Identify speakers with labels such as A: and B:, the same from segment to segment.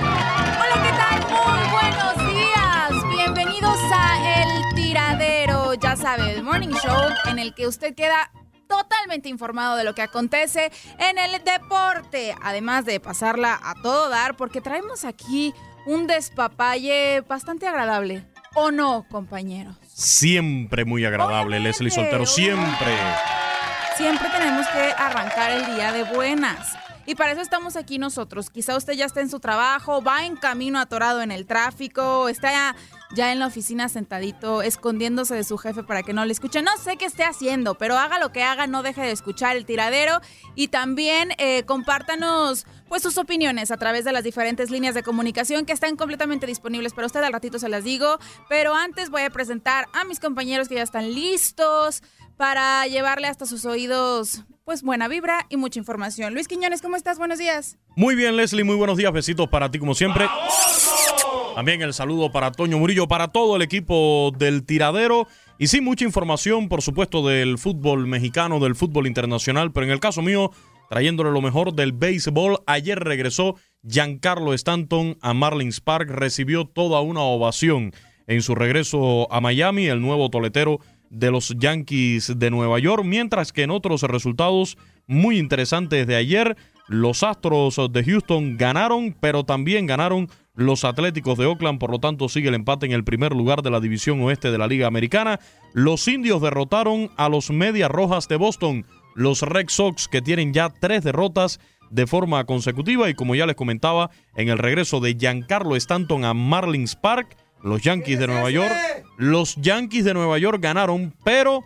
A: Hola, ¿qué tal? Muy buenos días. Bienvenidos a El Tiradero, ya sabe, el morning show en el que usted queda totalmente informado de lo que acontece en el deporte, además de pasarla a todo dar, porque traemos aquí un despapalle bastante agradable. ¿O no, compañeros?
B: Siempre muy agradable,
A: Obviamente,
B: Leslie Soltero, siempre.
A: Siempre tenemos que arrancar el día de buenas. Y para eso estamos aquí nosotros. Quizá usted ya está en su trabajo, va en camino atorado en el tráfico, está ya, ya en la oficina sentadito, escondiéndose de su jefe para que no le escuche. No sé qué esté haciendo, pero haga lo que haga, no deje de escuchar el tiradero. Y también eh, compártanos pues sus opiniones a través de las diferentes líneas de comunicación que están completamente disponibles para usted. Al ratito se las digo. Pero antes voy a presentar a mis compañeros que ya están listos para llevarle hasta sus oídos pues buena vibra y mucha información. Luis Quiñones, ¿cómo estás? Buenos días.
B: Muy bien, Leslie, muy buenos días, besitos para ti como siempre. También el saludo para Toño Murillo, para todo el equipo del tiradero. Y sí, mucha información, por supuesto, del fútbol mexicano, del fútbol internacional, pero en el caso mío, trayéndole lo mejor del béisbol. Ayer regresó Giancarlo Stanton a Marlins Park, recibió toda una ovación en su regreso a Miami, el nuevo toletero de los Yankees de Nueva York, mientras que en otros resultados muy interesantes de ayer, los Astros de Houston ganaron, pero también ganaron Los Atléticos de Oakland, por lo tanto, sigue el empate en el primer lugar de la división oeste de la Liga Americana. Los indios derrotaron a los Medias Rojas de Boston. Los Red Sox, que tienen ya tres derrotas de forma consecutiva. Y como ya les comentaba, en el regreso de Giancarlo Stanton a Marlins Park, los Yankees de Nueva York. Los Yankees de Nueva York ganaron, pero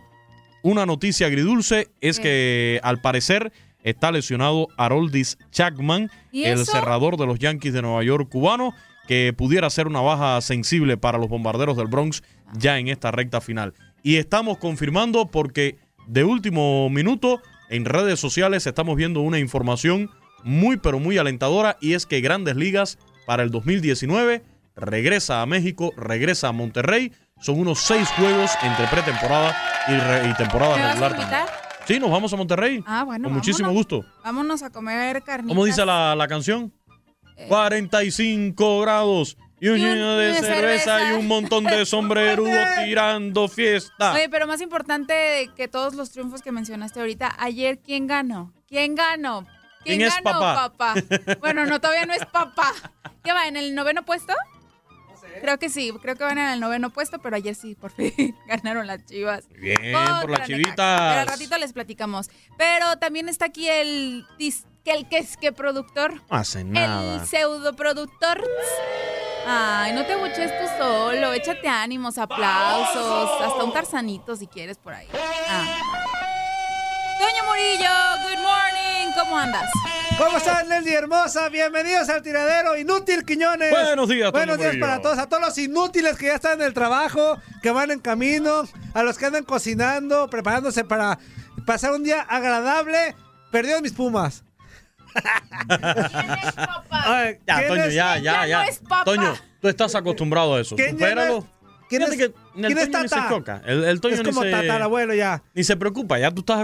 B: una noticia agridulce es que al parecer está lesionado Haroldis Chapman,
A: ¿Y
B: el
A: eso?
B: cerrador de los Yankees de Nueva York cubano, que pudiera ser una baja sensible para los bombarderos del Bronx ya en esta recta final. Y estamos confirmando porque de último minuto en redes sociales estamos viendo una información muy pero muy alentadora y es que Grandes Ligas para el 2019 regresa a México, regresa a Monterrey. Son unos seis juegos entre pretemporada y, re- y temporada
A: ¿Me vas a
B: regular.
A: invitar?
B: también. Sí, nos vamos a Monterrey.
A: Ah, bueno.
B: Con muchísimo
A: vámonos.
B: gusto.
A: Vámonos a comer carnitas.
B: ¿Cómo dice la, la canción?
A: Eh.
B: 45 grados y un
A: Y un
B: niño de
A: niño de
B: cerveza y
A: cerveza.
B: un montón de sombrerudos tirando fiesta.
A: Oye, pero más importante que todos los triunfos que mencionaste ahorita, ayer, ¿quién ganó? ¿Quién ganó?
B: ¿Quién es
A: ganó,
B: papá?
A: Bueno, no, todavía no es papá. ¿Qué va, en el noveno puesto? Creo que sí, creo que van en el noveno puesto, pero ayer sí, por fin, ganaron las chivas.
B: Bien, por
A: Contra
B: las
A: Necaxa. Pero al
B: chivitas.
A: ratito les platicamos. Pero también está aquí el, dis- que el que es que productor,
B: No hacen
A: el
B: nada.
A: pseudoproductor. Ay, no te buches tú solo. Échate ánimos, aplausos. Hasta un tarzanito si quieres por ahí. Ah. Toño Murillo, good morning. ¿Cómo andas?
C: ¿Cómo están, Leslie Hermosa? Bienvenidos al tiradero Inútil Quiñones.
B: Buenos días, Toño
C: Buenos días
B: Murillo.
C: para todos, a todos los inútiles que ya están en el trabajo, que van en camino, a los que andan cocinando, preparándose para pasar un día agradable. Perdieron mis pumas. Ay,
B: Ya,
C: ¿quién
B: Toño,
C: es-
B: ya,
A: ya
B: ya, ya.
A: no es papá.
B: Toño, tú estás acostumbrado a eso.
C: ¿Quién
B: Supéralo.
C: es- quién
B: Fíjate
C: es-
B: que el
C: quién es
B: Toño ni se
C: Tata?
B: choca. El, el Toño
C: Es
B: ni
C: como
B: se,
C: tatarabuelo ya.
B: ni se preocupa. Ya tú estás
C: Ya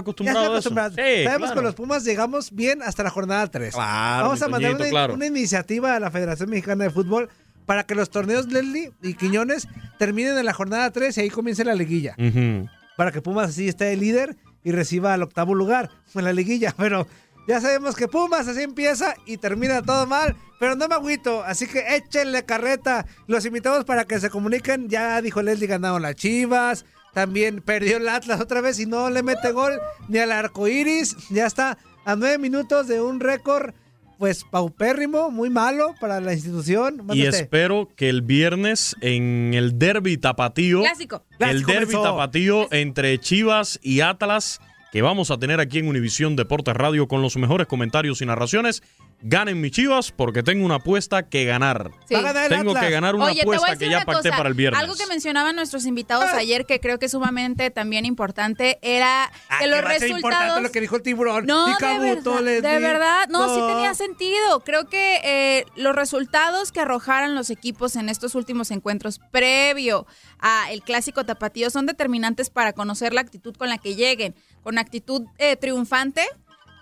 C: estoy
B: acostumbrado a eso.
C: acostumbrado.
B: Sí,
C: Sabemos
B: claro.
C: que los Pumas llegamos bien hasta la jornada 3.
B: Claro,
C: Vamos
B: mi
C: a mandar
B: Toñito,
C: una,
B: claro.
C: una iniciativa a la Federación Mexicana de Fútbol para que los torneos Leslie y Quiñones terminen en la jornada 3 y ahí comience la liguilla.
B: Ujú.
C: Para que Pumas así esté de líder y reciba al octavo lugar en la liguilla. Pero ya sabemos que Pumas así empieza y termina todo mal. Pero no me agüito, así que échenle carreta. Los invitamos para que se comuniquen. Ya dijo Leslie, ganaron las Chivas. También perdió el Atlas otra vez y no le mete gol ni al arco iris. Ya está a nueve minutos de un récord, pues paupérrimo, muy malo para la institución. este,
B: Y
C: Mándate.
B: espero que el viernes en el derby tapatío,
A: Clásico.
B: el
C: Clásico
B: derby
C: comenzó.
B: tapatío entre Chivas y Atlas, que vamos a tener aquí en Univisión Deportes Radio con los mejores comentarios y narraciones, ganen mis Chivas porque tengo una apuesta que ganar.
A: Sí.
C: Va a ganar el
B: Tengo
C: Atlas.
B: que ganar una
A: Oye, te voy a
B: apuesta
A: decir
B: que ya
A: una
B: pacté
A: cosa.
B: para el viernes.
A: Algo que mencionaban nuestros invitados ayer, que creo que es sumamente también importante, era
C: Ah,
A: que los
C: va a ser
A: resultados.
C: importante lo que dijo el tiburón.
A: No,
C: Y
A: de
C: Cabuto,
A: verdad,
C: Leslie.
A: de verdad, no, sí tenía sentido. Creo que eh, los resultados que arrojaran los equipos en estos últimos encuentros previo a el clásico tapatío son determinantes para conocer la actitud con la que lleguen, con actitud eh, triunfante,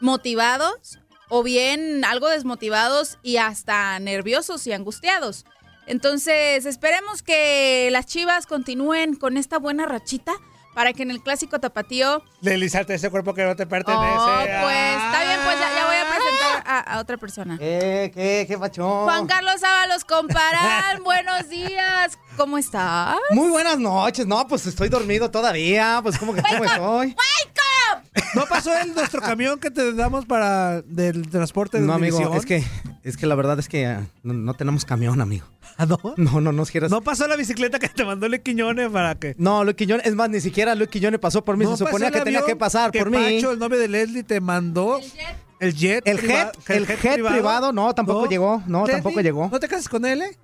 A: motivados o bien algo desmotivados y hasta nerviosos y angustiados. Entonces, esperemos que las Chivas continúen con esta buena rachita para que en el clásico tapatío
C: Deslizarte ese cuerpo que no te pertenece. ah.
A: Oh, pues, está bien, pues ya, ya voy a presentar a, a otra persona.
D: ¿Qué, Eh,
C: Eh,
D: qué, qué pachón?
A: Juan Carlos Ábalos Comparán, buenos días. ¿Cómo estás?
D: Muy buenas noches. No, pues estoy dormido todavía. Pues, ¿cómo que cómo estoy?
C: ¿No pasó el nuestro camión que te damos para del transporte de
D: No, amigo,
C: Univisión?
D: es que, es que la verdad es que ah, no, no tenemos camión, amigo.
C: Ah, ¿no?
D: No, no nos quieras.
C: ¿No pasó la bicicleta que te mandó Le Quiñones para que.
D: No, Luis Quiñones, es más, ni siquiera Luis Quiñones pasó por mí.
C: ¿No
D: Se
C: pasó
D: suponía
C: el
D: que tenía
C: avión
D: que pasar por mí.
C: Pacho, el novio de Leslie, te mandó el jet.
D: El
C: priva-
D: jet, el jet privado, no, tampoco llegó, no, tampoco llegó.
C: ¿No te casas con él, eh?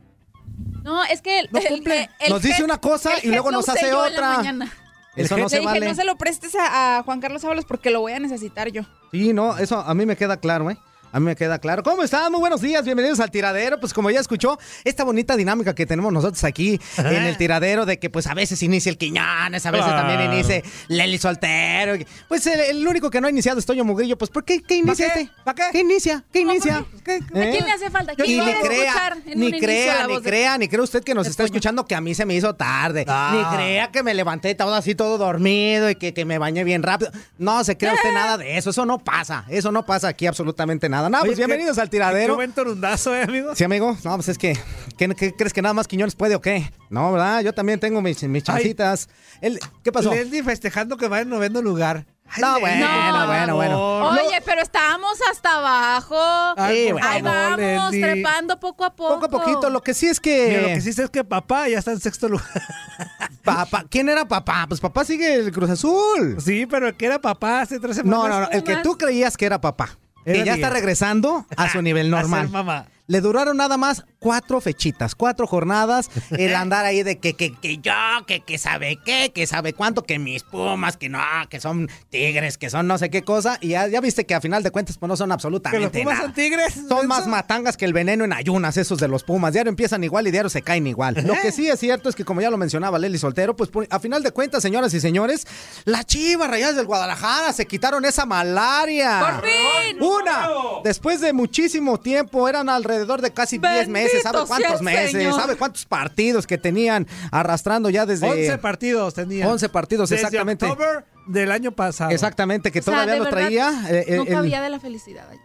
A: No, es que el,
C: No
A: el-
C: cumple.
A: el
D: Nos dice
A: jet-
D: una cosa
A: el
D: y
A: jet
D: luego
A: lo
D: nos
A: usé
D: hace
A: yo en la
D: otra.
A: mañana.
D: Eso
A: Le
D: no se
A: dije,
D: vale.
A: no se lo prestes a, a Juan Carlos Ábalos porque lo voy a necesitar yo.
D: Sí, no, eso a mí me queda claro, ¿eh? A mí me queda claro. ¿Cómo están? Muy buenos días, bienvenidos al tiradero. Pues como ya escuchó, esta bonita dinámica que tenemos nosotros aquí en el tiradero de que pues a veces inicia el Quiñones, a veces
B: Claro.
D: también inicia Leli Soltero. Pues el, el único que no ha iniciado es Toño Mugrillo. Pues ¿por qué, qué inicia
C: qué?
D: este?
C: ¿Pa qué?
D: ¿Qué inicia? ¿Qué
A: No,
D: inicia?
C: ¿Qué?
A: ¿A
D: ¿Eh?
A: quién le hace falta?
D: Y
A: ¿Quién
D: ni
A: quiere
D: crea,
A: escuchar en un
D: ni
A: inicio la
D: crea,
A: voz
D: ni
A: de-
D: crea, ni crea usted que nos
A: de
D: está
A: Toño?
D: escuchando que a mí se me hizo tarde.
C: Ah.
D: Ni crea que me levanté todo así, todo dormido y que, que me bañé bien rápido. No se crea usted nada de eso. Eso no pasa. Eso no pasa aquí absolutamente nada. No,
C: Oye,
D: pues
C: qué-
D: bienvenidos al
C: Qué
D: tiradero.
C: buen torundazo, ¿eh, amigo?
D: Sí, amigo. No, pues es que. ¿qué, qué crees que nada más Quiñones puede o qué? No, ¿verdad? Yo también tengo mis, mis chancitas. El- ¿Qué pasó?
C: Leslie festejando que va en noveno lugar. Ay,
D: No,
C: Leslie,
D: bueno,
C: por
D: bueno, bueno.
C: favor.
A: Oye, pero estábamos hasta abajo.
C: Ay, por
A: Ahí
C: favor,
A: vamos,
C: Leslie.
A: trepando poco a poco.
D: Poco a
A: Oh.
D: poquito. Lo que sí es
C: Mira, lo
D: que.
C: que sí sé es que papá ya está en sexto lugar.
D: Papá- ¿Quién era papá? Pues papá sigue el Cruz Azul.
C: Sí, pero el que era papá hace tres semanas.
D: No, no, no. El que tú creías que era papá. Que
C: Era
D: ya
C: Miguel.
D: está regresando a su nivel
C: A
D: normal.
C: ser mamá.
D: Le duraron nada más cuatro fechitas, cuatro jornadas, el andar ahí de que, que, que yo, que, que sabe qué, que sabe cuánto, que mis pumas, que no, que son tigres, que son no sé qué cosa. Y ya, ya viste que a final de cuentas pues no son
C: Que los
D: absolutamente
C: Pumas
D: nada.
C: son tigres.
D: Son más
C: Nelson.
D: matangas que el veneno en ayunas, esos de los Pumas. Diario empiezan igual y diario se caen igual. Lo que sí es cierto es que, como ya lo mencionaba Leli Soltero, pues por- a final de cuentas, señoras y señores, las chivas rayadas del Guadalajara se quitaron esa malaria.
A: ¡Por fin!
D: ¡Una! Después de muchísimo tiempo, eran alrededor de casi 10 meses,
A: Bendito
D: ¿sabe cuántos
A: sea el
D: meses?
A: Señor.
D: ¿Sabe cuántos partidos que tenían arrastrando ya desde.
C: 11 partidos tenía.
D: 11 partidos,
C: Desde
D: exactamente.
C: October del año pasado.
D: Exactamente, que
A: O sea,
D: todavía
A: de
D: lo
A: verdad,
D: traía. eh, eh,
A: no
D: el-
A: cabía de la felicidad ayer.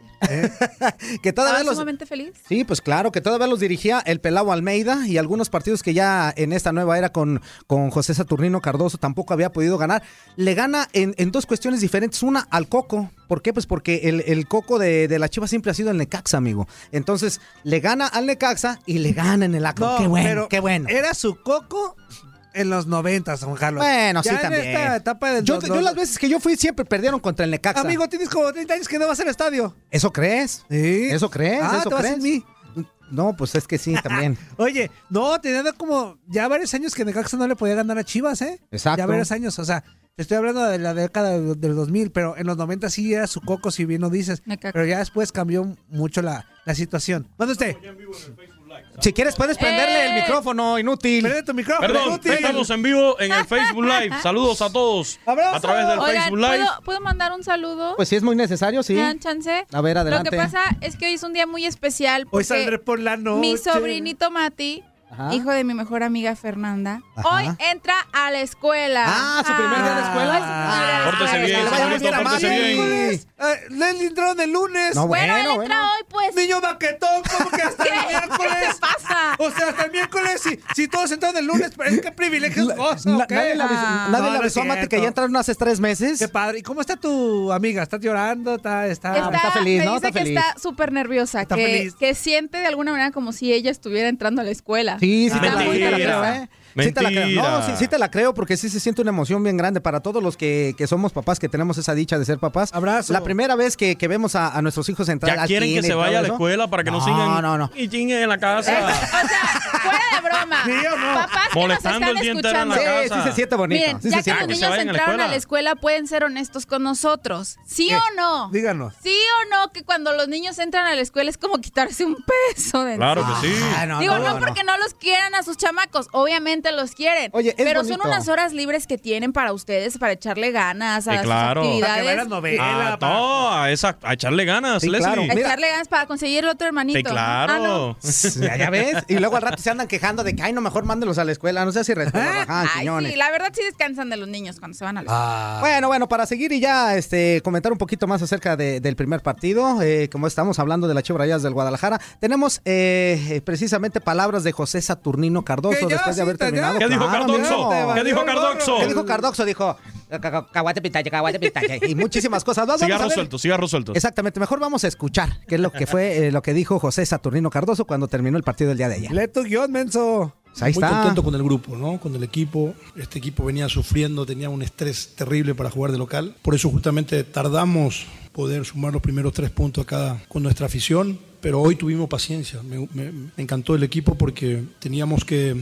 D: que todavía
A: Estaba
D: los,
A: sumamente feliz.
D: Sí, pues claro, que todavía los dirigía el Pelao Almeida y algunos partidos que ya en esta nueva era con, con José Saturnino Cardoso tampoco había podido ganar. Le gana en, en dos cuestiones diferentes. Una al Coco. ¿Por qué? Pues porque el, el Coco de, de la Chiva siempre ha sido el Necaxa, amigo. Entonces, le gana al Necaxa y le gana en el Acro.
C: No,
D: qué bueno,
C: pero
D: qué bueno.
C: Era su coco en los 90, Juan Carlos.
D: Bueno,
C: Ya
D: sí,
C: en
D: también.
C: esta etapa del
D: yo,
C: dos-
D: yo
C: dos-
D: las veces que yo fui siempre perdieron contra el Necaxa.
C: Amigo, tienes como 30 años que no vas al estadio.
D: ¿Eso crees?
C: Sí.
D: ¿Eso crees?
C: Ah,
D: ¿Eso
C: te vas
D: crees?
C: sin mí.
D: No, pues es que sí, también.
C: Oye, no, tenía como ya varios años que Necaxa no le podía ganar a Chivas, ¿eh?
D: Exacto.
C: Ya varios años, o sea, te estoy hablando de la década de- del 2000, pero en los 90 sí era su coco, si bien lo dices.
A: Necaxa.
C: Pero ya después cambió mucho la, la situación. ¿Dónde usted?
D: si quieres, puedes prenderle el
A: ¡Eh!
D: micrófono, inútil.
C: Prende tu micrófono.
B: Perdón,
C: inútil.
B: estamos en vivo en el Facebook Live. Saludos a todos
C: Abrazo.
B: a través del
A: Oigan,
B: Facebook Live.
A: ¿puedo, puedo mandar un saludo?
D: Pues sí, es muy necesario, sí.
A: ¿Me dan chance?
D: A ver, adelante.
A: Lo que pasa es que hoy es un día muy especial.
C: Hoy
A: porque
C: saldré por la noche.
A: Mi sobrinito Mati,
D: Ajá.
A: hijo de mi mejor amiga Fernanda,
D: Ajá.
A: hoy entra a la escuela.
D: Ah, su primer día en la escuela.
A: Ah,
B: Pórtese
A: su primer día
B: bien,
A: en la
D: vaya
A: escuela.
B: señorito,
D: bien a
B: pórtese
D: Mati.
B: bien.
C: Eh, Leslie entró de lunes.
D: No, bueno,
A: Bueno, él entra
D: bueno.
A: hoy, pues.
C: Niño baquetón, como que hasta el
A: ¿Qué
C: miércoles.
A: te pasa?
C: O sea, hasta el miércoles, si, si todos entraron el lunes, pero qué privilegio
D: Na-
C: cosa, ¿o qué?
D: nadie le avisó,
A: Ah.
D: nadie
C: No,
D: le
C: no es
D: avisó a Mati que
C: cierto.
D: ya entraron hace tres meses.
C: Qué padre. ¿Y cómo está tu amiga? ¿Estás llorando? ¿Está, está...
D: Ah, Está- feliz,
A: me
D: ¿no?
A: dice
D: Está
A: que
D: feliz.
A: está súper nerviosa,
C: Está
A: que,
C: feliz.
A: que siente de alguna manera como si ella estuviera entrando a la escuela.
D: Sí, sí,
A: Ah,
D: te la, sí te la creo,
B: mentira.
D: ¿eh? Sí te la creo. No,
B: Mentira.
D: sí, sí te la creo porque sí se siente una emoción bien grande para todos los que, que somos papás, que tenemos esa dicha de ser papás.
C: Abrazo.
D: La primera vez que, que vemos a, a nuestros hijos entrar
B: Ya
D: al
B: quieren que
D: kinder y
B: se vaya a la
D: Ah, todo eso.
B: escuela para que no,
D: No,
B: sigan
D: no, no.
B: y chinguen en la casa.
A: O sea, fuera de broma.
C: ¿Sí o no?
A: Papás que nos
B: Molestando
A: están
B: el día entero en
A: escuchando.
B: la
D: Sí,
B: casa.
D: sí se siente bonito.
A: Miren,
D: sí
A: ya
D: se
A: que
D: siente.
A: los
B: que se
A: niños
B: vayan a la
A: entraron a
B: escuela.
A: la escuela, pueden ser honestos con nosotros. ¿Sí o no?
C: Díganos.
A: ¿Sí o no que cuando los niños entran a la escuela es como quitarse un peso de
B: Claro
A: encima?
B: que sí.
D: Ah, no,
A: Digo,
D: no,
A: no,
D: no.
A: porque no los quieran a sus chamacos, obviamente los quieren.
D: Oye, es
A: pero
D: bonito.
A: son unas horas libres que tienen para ustedes, para echarle ganas a
B: Sí,
A: sus
C: Para
B: claro.
C: que vean las
A: actividades.
C: novelas.
B: Ah,
C: para-
B: no, a, esa- a echarle ganas,
D: Sí,
B: Leslie.
D: claro.
A: A
D: Mira.
A: Echarle ganas para conseguir el otro hermanito.
B: Sí, claro.
A: Ah, no.
D: Ya, ya ves. Y luego al rato se andan quejando de que, ay, no, mejor mándelos a la escuela. No seas irresponsable. Ajá,
A: Ay,
D: Ah, Quiñones. Ah.
A: sí, la verdad sí descansan de los niños cuando se van a la
C: Ah.
D: Bueno, bueno, para seguir y ya este, comentar un poquito más acerca de- del primer partido, eh, como estamos hablando de las Chivas Rayadas del Guadalajara, tenemos eh, eh, precisamente palabras de José Saturnino Cardoso
C: Que ya,
D: después de haber
C: Cita, ya.
D: terminado. Ah,
B: ¿Qué dijo
D: Claro,
B: Cardoxo?
D: amigo.
B: ¿Qué
C: Valió
B: dijo
C: gorro.
B: Cardoxo?
D: ¿Qué dijo Cardoxo? Dijo, "Ca- ca- caguate pitaya, caguate pitaya", y muchísimas cosas. Vamos a
B: Cigarro
D: ver-
B: suelto, cigarro suelto.
D: Exactamente, mejor vamos a escuchar qué es lo que fue eh, lo que dijo José Saturnino Cardoso cuando terminó el partido el día de ayer.
C: Lee tu guión, menso.
D: Pues ahí
E: Muy
D: está.
E: contento con el grupo, ¿no? Con el equipo. Este equipo venía sufriendo, tenía un estrés terrible para jugar de local. Por eso justamente tardamos poder sumar los primeros tres puntos acá con nuestra afición. Pero hoy tuvimos paciencia. Me, me- me encantó el equipo porque teníamos que,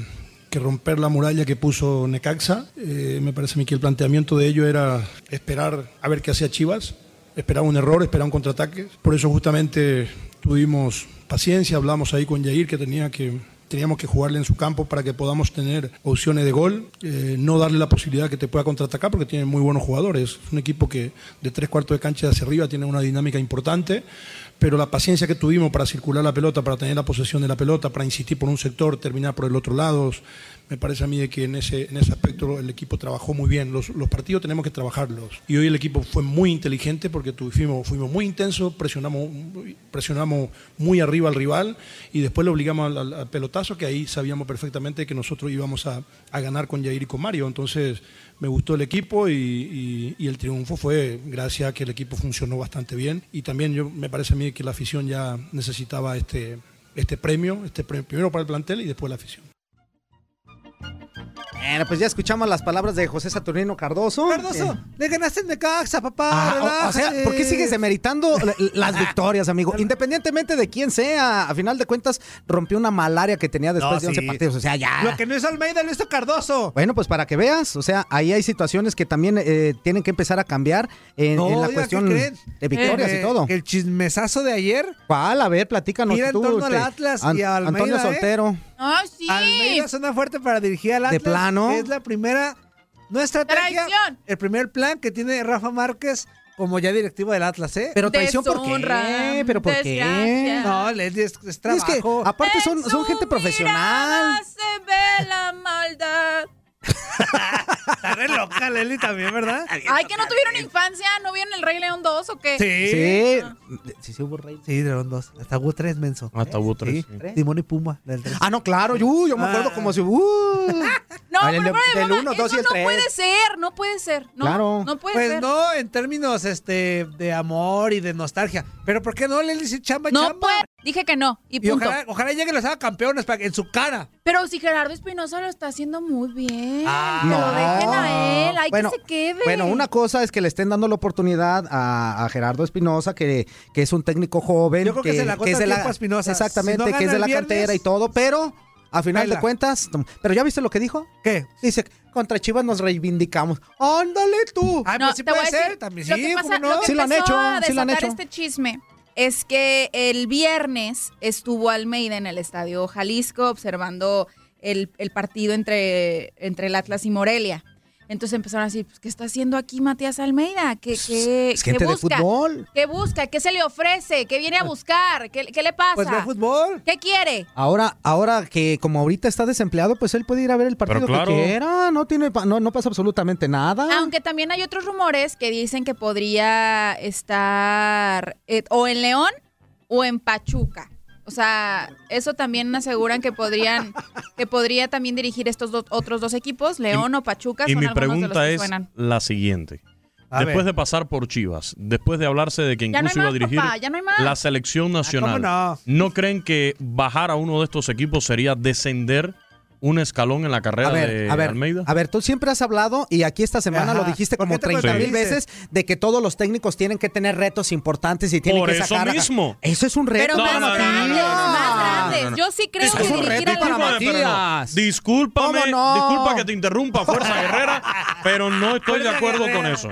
E: que romper la muralla que puso Necaxa. Eh, me parece a mí que el planteamiento de ello era esperar a ver qué hacía Chivas. Esperaba un error, esperaba un contraataque. Por eso justamente tuvimos paciencia, hablamos ahí con Yair que tenía que teníamos que jugarle en su campo para que podamos tener opciones de gol, eh, no darle la posibilidad que te pueda contraatacar porque tiene muy buenos jugadores. Es un equipo que de tres cuartos de cancha hacia arriba tiene una dinámica importante, pero la paciencia que tuvimos para circular la pelota, para tener la posesión de la pelota, para insistir por un sector, terminar por el otro lado, Me parece a mí de que en ese, en ese aspecto el equipo trabajó muy bien. Los, los partidos tenemos que trabajarlos. Y hoy el equipo fue muy inteligente porque tuvimos, fuimos muy intensos, presionamos, presionamos muy arriba al rival y después le obligamos al, al- al pelotazo, que ahí sabíamos perfectamente que nosotros íbamos a, a ganar con Jair y con Mario. Entonces me gustó el equipo y, y- y el triunfo fue gracias a que el equipo funcionó bastante bien. Y también yo, me parece a mí que la afición ya necesitaba este, este premio, este premio primero para el plantel y después la afición.
D: Bueno, pues ya escuchamos las palabras de José Saturnino Cardoso. Eh,
C: Cardoso, le ganaste en Necaxa, papá.
D: Ah, o- o, sea, ¿por qué
C: relájate.
D: sigues demeritando la- las victorias, amigo? Independientemente de quién sea, a final de cuentas rompió una malaria que tenía después
C: No,
D: de 11
C: sí.
D: partidos. O sea, ya.
C: Lo que no hizo Almeida lo hizo Cardoso.
D: Bueno, pues para que veas, o sea, ahí hay situaciones que también eh, tienen que empezar a cambiar en,
C: No,
D: en la
C: oiga, ¿qué
D: cuestión
C: creen?
D: de victorias
C: Eh,
D: y todo.
C: El chismesazo de ayer.
D: ¿Cuál? A ver, platícanos.
C: Mira en
D: tú,
C: torno al
D: este,
C: Atlas
D: An-
C: y a Almeida. ¿eh?
D: Antonio Soltero.
A: ¡Ah, sí!
C: Almeida suena fuerte para dirigir al
D: ¿De
C: Atlas.
D: plano?
C: Es la primera, no estrategia,
A: Traición.
C: el primer plan que tiene Rafa Márquez como ya directivo del Atlas, ¿eh?
D: Pero traición, ¿por qué?
A: Deshonra,
D: ¿Pero por qué?
A: desgracia.
C: No, es, es- es
D: Es que,
C: trabajo.
D: aparte, son, son gente profesional.
A: Mirada se ve la maldad.
C: Está re loca Leli también, ¿verdad?
A: Ay, que no tuvieron infancia, no vieron el Rey León 2 o qué.
D: Sí. Sí, sí hubo rey.
C: Sí, Dragón 2. Hasta hubo 3, menso.
B: Hasta hubo
C: Sí.
B: tres, sí.
D: ¿Tres?
C: Timón y Puma. la del tres.
D: Ah, no, claro, yo, yo me acuerdo como si. uh.
A: Ah. No,
D: Ah,
A: pero
D: del-
A: fuera de
D: del
A: broma,
D: uno,
A: eso
D: dos y el
A: no
D: tres.
A: puede ser, no puede ser. No,
D: Claro.
A: No puede
C: Pues
A: ser.
C: no, en términos este de amor y de nostalgia. Pero ¿por qué no, Leli? Si chamba,
A: No
C: pues chamba.
A: puede. Dije que no, y
C: Y
A: punto.
C: ojalá, ojalá llegue y los haga campeones para que- en su cara.
A: Pero si Gerardo Espinosa lo está haciendo muy bien.
C: Ah,
A: que
D: no.
A: lo dejen a él, hay
D: Bueno,
A: que se quede.
D: Bueno, una cosa es que le estén dando la oportunidad a, a Gerardo Espinosa, que, que es un técnico joven.
C: Yo creo que se la agota
D: es de
C: el tiempo a Espinosa.
D: Exactamente,
C: Si no
D: que es
C: gana
D: de
C: el
D: la
C: viernes,
D: cantera y todo, pero a final
C: pela.
D: de cuentas. Pero ya viste lo que dijo.
C: ¿Qué?
D: Dice, contra Chivas nos reivindicamos. Oh, Ándale tú.
C: Ay, pero Ah, pues sí
A: te voy
C: puede
A: a
C: ser.
A: decir,
C: también
A: lo que
C: sí,
A: pasa-
C: ¿cómo no?
A: que
D: Sí lo han
A: empezó
D: hecho,
A: a
D: sí lo han
A: desatar
D: hecho.
A: este chisme es que el viernes estuvo Almeida en el Estadio Jalisco observando el, el partido entre, entre el Atlas y Morelia. Entonces empezaron a decir, pues, ¿qué está haciendo aquí Matías Almeida? ¿Qué, qué,
D: Pues, es
A: qué
D: gente de
A: busca?
D: fútbol. Pues,
A: ¿Qué busca? ¿Qué se le ofrece? ¿Qué viene a buscar? ¿Qué, qué le pasa?
C: Pues ve fútbol.
A: ¿Qué quiere?
D: Ahora, ahora que como ahorita está desempleado, pues él puede ir a ver el partido
B: claro.
D: que quiera, no tiene, pa- no, no pasa absolutamente nada.
A: Aunque también hay otros rumores que dicen que podría estar eh, o en León o en Pachuca. O sea, eso también aseguran que podrían, que podría también dirigir estos dos- otros dos equipos, León o Pachuca.
B: Y
A: son
B: mi
A: algunos de los
B: pregunta
A: que
B: es
A: suenan.
B: la siguiente.
C: A
B: después
C: ver.
B: de pasar por Chivas, después de hablarse de que
A: Ya no hay
B: incluso iba a
A: más,
B: dirigir
A: papá, ya no hay más. Ah,
B: la selección nacional,
C: no?
B: creen que bajar a uno de estos equipos sería descender un escalón en la carrera
D: a ver,
B: de
D: a ver,
B: Almeida?
D: a ver, tú siempre has hablado y aquí esta semana
C: Ajá.
D: lo dijiste
C: ¿Por
D: como
C: qué te
D: 30 mil
C: contradices?
D: veces de que todos los técnicos tienen que tener retos importantes y tienen
B: Por
D: que
B: eso
D: sacar.
B: mismo.
D: Eso es un reto
A: Pero
B: No,
D: para
A: más
B: no, no, no,
A: grandes,
B: no, no, no,
A: más
B: no,
A: grandes.
B: no, no.
A: Yo sí creo
D: Eso
A: que
D: es un
A: dirigir
D: reto
A: a
D: para
A: León-
B: Discúlpame, pero no.
D: Matías.
B: Discúlpame,
D: ¿Cómo no?
B: disculpa que te interrumpa, Fuerza Guerrera, pero no estoy de
C: Fuerza
B: acuerdo con
C: Guerrera.
B: eso.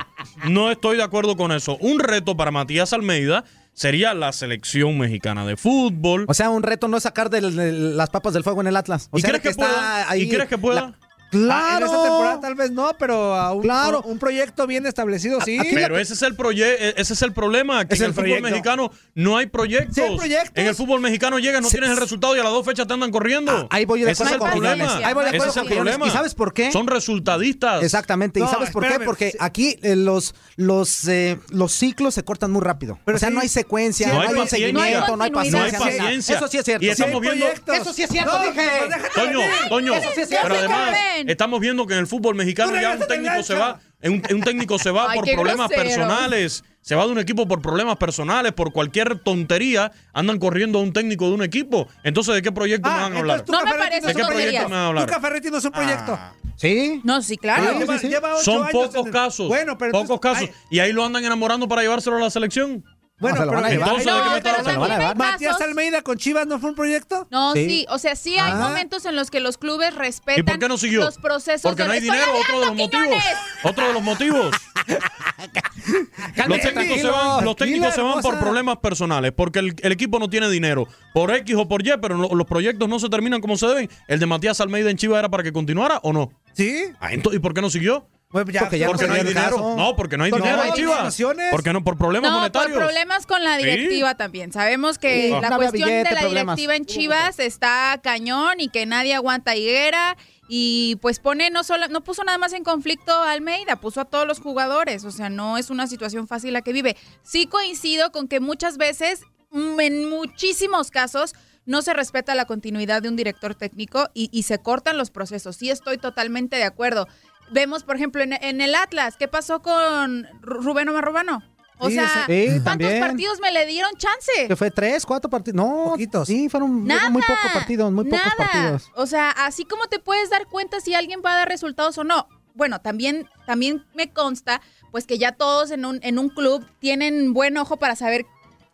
B: No estoy de acuerdo con eso. Un reto para Matías Almeida sería la selección mexicana de fútbol.
D: O sea, un reto no es sacar del- del- las papas del fuego en el Atlas. O
B: ¿Y,
D: sea,
B: crees que
D: está
B: pueda?
D: ahí
B: ¿Y crees que pueda?
D: la- claro.
C: Ah, En esta temporada tal vez no, pero a un,
D: Claro.
C: un proyecto bien establecido sí.
B: Ah, Pero ese es el proye- e- ese es el problema, que
D: Es
B: en
D: el
B: el fútbol
D: proyecto.
B: mexicano no hay proyectos.
C: Sí hay proyectos.
B: En el fútbol mexicano llegas, no
D: Se-
B: tienes el resultado y a las dos fechas te andan corriendo.
D: Ah, ahí voy de
B: ese es el
D: acuerdo con
B: problema.
A: Quiñones. Ahí voy de
B: Ese
A: acuerdo
B: es el
A: con Quiñones.
D: ¿Y
B: problema.
D: sabes por qué?
B: Son resultadistas.
D: Exactamente. ¿Y
C: No,
D: sabes por qué?
C: espérame.
D: Porque
C: Sí.
D: aquí eh, los los eh, los ciclos se cortan muy rápido.
C: Pero
D: o sea,
C: sí.
D: no hay secuencia,
B: No
D: no
B: hay
D: hay, un
B: paciencia.
D: seguimiento, no hay
A: No hay
D: paciencia.
B: paciencia.
D: Eso sí es cierto.
B: Y
C: Sí hay
B: estamos viendo-
C: proyectos.
D: Eso sí es cierto,
C: No,
D: dije.
C: pues déjate
B: Toño,
C: venir.
B: Toño,
A: Eso sí es
B: pero
A: cierto,
B: además
A: Carmen.
B: estamos viendo que en el fútbol mexicano
C: Tú
B: ya un
C: regresate
B: técnico se
C: engancha.
B: va, eh, un, un técnico se va
A: Ay,
B: por
A: qué
B: problemas
A: grosero.
B: personales, se va de un equipo por problemas personales, por cualquier tontería, andan corriendo a un técnico de un equipo. Entonces, ¿de qué proyecto me van a hablar?
C: entonces tú,
A: No me
C: Cafferetti,
A: parece
B: ¿De qué
C: es un
B: proyecto
C: proyecto.
B: me van a hablar?
C: Tú, Cafferetti, no es un proyecto.
D: Sí.
A: No, sí,
C: Ah,
A: claro.
C: lleva- lleva ocho
B: Ah. Son
C: años
B: pocos
C: en el-
B: casos.
C: Bueno, pero
B: pocos
C: entonces-
B: casos.
C: ay,
B: Y ahí lo andan enamorando para llevárselo a la selección.
C: bueno,
D: No, se lo
C: pero
D: van a llevar.
B: Entonces, ¿de qué me estás
A: pero
B: hablando?
A: también hay
C: Matías
A: casos-
C: Almeida con Chivas no fue un proyecto.
A: No,
D: Sí.
A: sí. o sea, sí hay
C: Ah.
A: momentos en los que los clubes respetan
B: ¿Y por qué no siguió?
A: los procesos
B: Porque
A: de-
B: no hay
A: ¡Estoy
B: dinero, otro de los
A: hablando,
B: motivos.
A: Quiñones!
B: Otro de los motivos. los técnicos, se
C: tranquilo,
B: van, los técnicos
C: tranquila,
B: se van por
C: hermosa.
B: problemas personales, porque el, el equipo no tiene dinero, por X o por Y, pero lo- los proyectos no se terminan como se deben. El de Matías Almeida en Chivas era para que continuara o no.
C: Sí.
B: Ah, ento- ¿Y por qué no siguió?
C: Bueno, ya,
B: porque no hay dinero. No, porque no hay dinero en Chivas. Porque no, por problemas
A: no,
B: monetarios.
A: por problemas con la directiva
B: Sí.
A: también. Sabemos que
B: Sí, no
A: la
B: había
A: cuestión
B: billete,
A: de la
B: problemas.
A: directiva en Chivas está cañón y que nadie aguanta a Higuera y pues pone no solo no puso nada más en conflicto a Almeida, puso a todos los jugadores, o sea, no es una situación fácil la que vive. Sí coincido con que muchas veces mm, en muchísimos casos no se respeta la continuidad de un director técnico y, y se cortan los procesos. Sí estoy totalmente de acuerdo. Vemos, por ejemplo, en, en el Atlas, ¿qué pasó con Ru- Rubén Omar Robano? O
D: Sí,
A: sea,
D: sí,
A: ¿cuántos
D: también.
A: partidos me le dieron chance?
D: Que fue tres, cuatro partidos. No, sí, fueron
A: Nada.
D: muy pocos partidos, muy pocos
A: Nada.
D: partidos.
A: O sea, así como te puedes dar cuenta si alguien va a dar resultados o no. Bueno, también, también me consta, pues que ya todos en un, en un club tienen buen ojo para saber,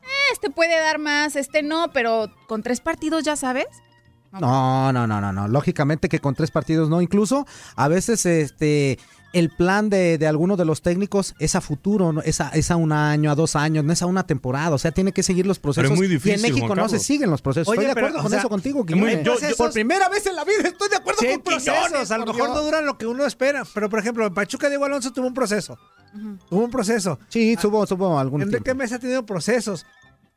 A: "Eh, este puede dar más, este no, pero con tres partidos ya sabes.
D: No, no, no, no, no. Lógicamente que con tres partidos no. Incluso a veces este el plan de, de algunos de los técnicos es a futuro, ¿no? es, a, es a un año, a dos años, no es a una temporada. O sea, tiene que seguir los procesos.
B: muy
D: y en
B: difícil,
D: México
B: Juan
D: no se
B: Carlos.
D: siguen los procesos.
C: Oye,
D: estoy de
C: pero,
D: acuerdo
C: o
D: con
C: sea,
D: eso contigo,
C: es muy-
D: Quiñones.
C: yo- yo-
D: por primera vez en la vida estoy de acuerdo
C: Sí, hay
D: con Quiñones,
C: procesos, a lo
D: por
C: mejor
D: Dios.
C: no duran lo que uno espera, pero por ejemplo, en Pachuca Diego Alonso tuvo un proceso. Tuvo un proceso. Ah,
D: Sí, tuvo, tuvo algún
C: Enrique Mesa ha tenido procesos,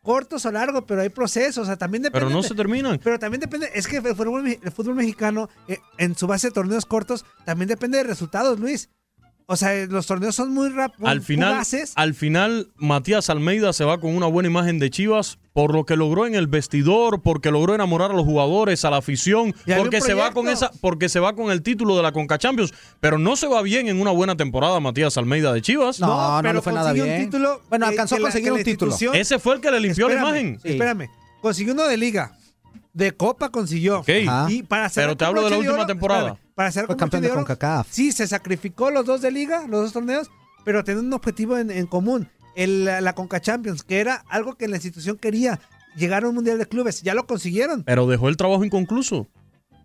C: cortos o largos, pero hay procesos, o sea, también depende.
B: Pero no
C: de-
B: se terminan.
C: Pero también depende, es que el fútbol, me- el fútbol mexicano eh, en su base de torneos cortos también depende de resultados, Luis. O sea, eh, los torneos son muy
D: Ah,
C: rápidos.
B: Al final, al final, Matías Almeida se va con una buena imagen de Chivas por lo que logró en el vestidor, porque logró enamorar a los jugadores, a la afición,
F: Y había
B: porque
F: un
B: se va
F: proyecto.
B: con esa, porque se va con el título de la Conca Champions, pero no se va bien en una buena temporada Matías Almeida de Chivas.
D: No, No, no le pero fue nada consiguió un bien. título Bueno, que- alcanzó a que la- conseguir que la un título. institución-
B: Ese fue el que le limpió
C: espérame,
B: la imagen.
C: Espérame, consiguió uno de liga. De Copa consiguió.
B: Ajá.
C: Y para cerrar
B: Pero te
C: con
B: hablo de la
C: broche
B: última
C: oro-
B: temporada.
C: espérame, para ser
D: Fue campeón de CONCACAF.
C: Sí, se sacrificó los dos de liga, los dos torneos, pero tenía un objetivo en, en común, el, la la Conca Champions, que era algo que la institución quería, llegar a un Mundial de Clubes. Ya lo consiguieron.
B: Pero dejó el trabajo inconcluso.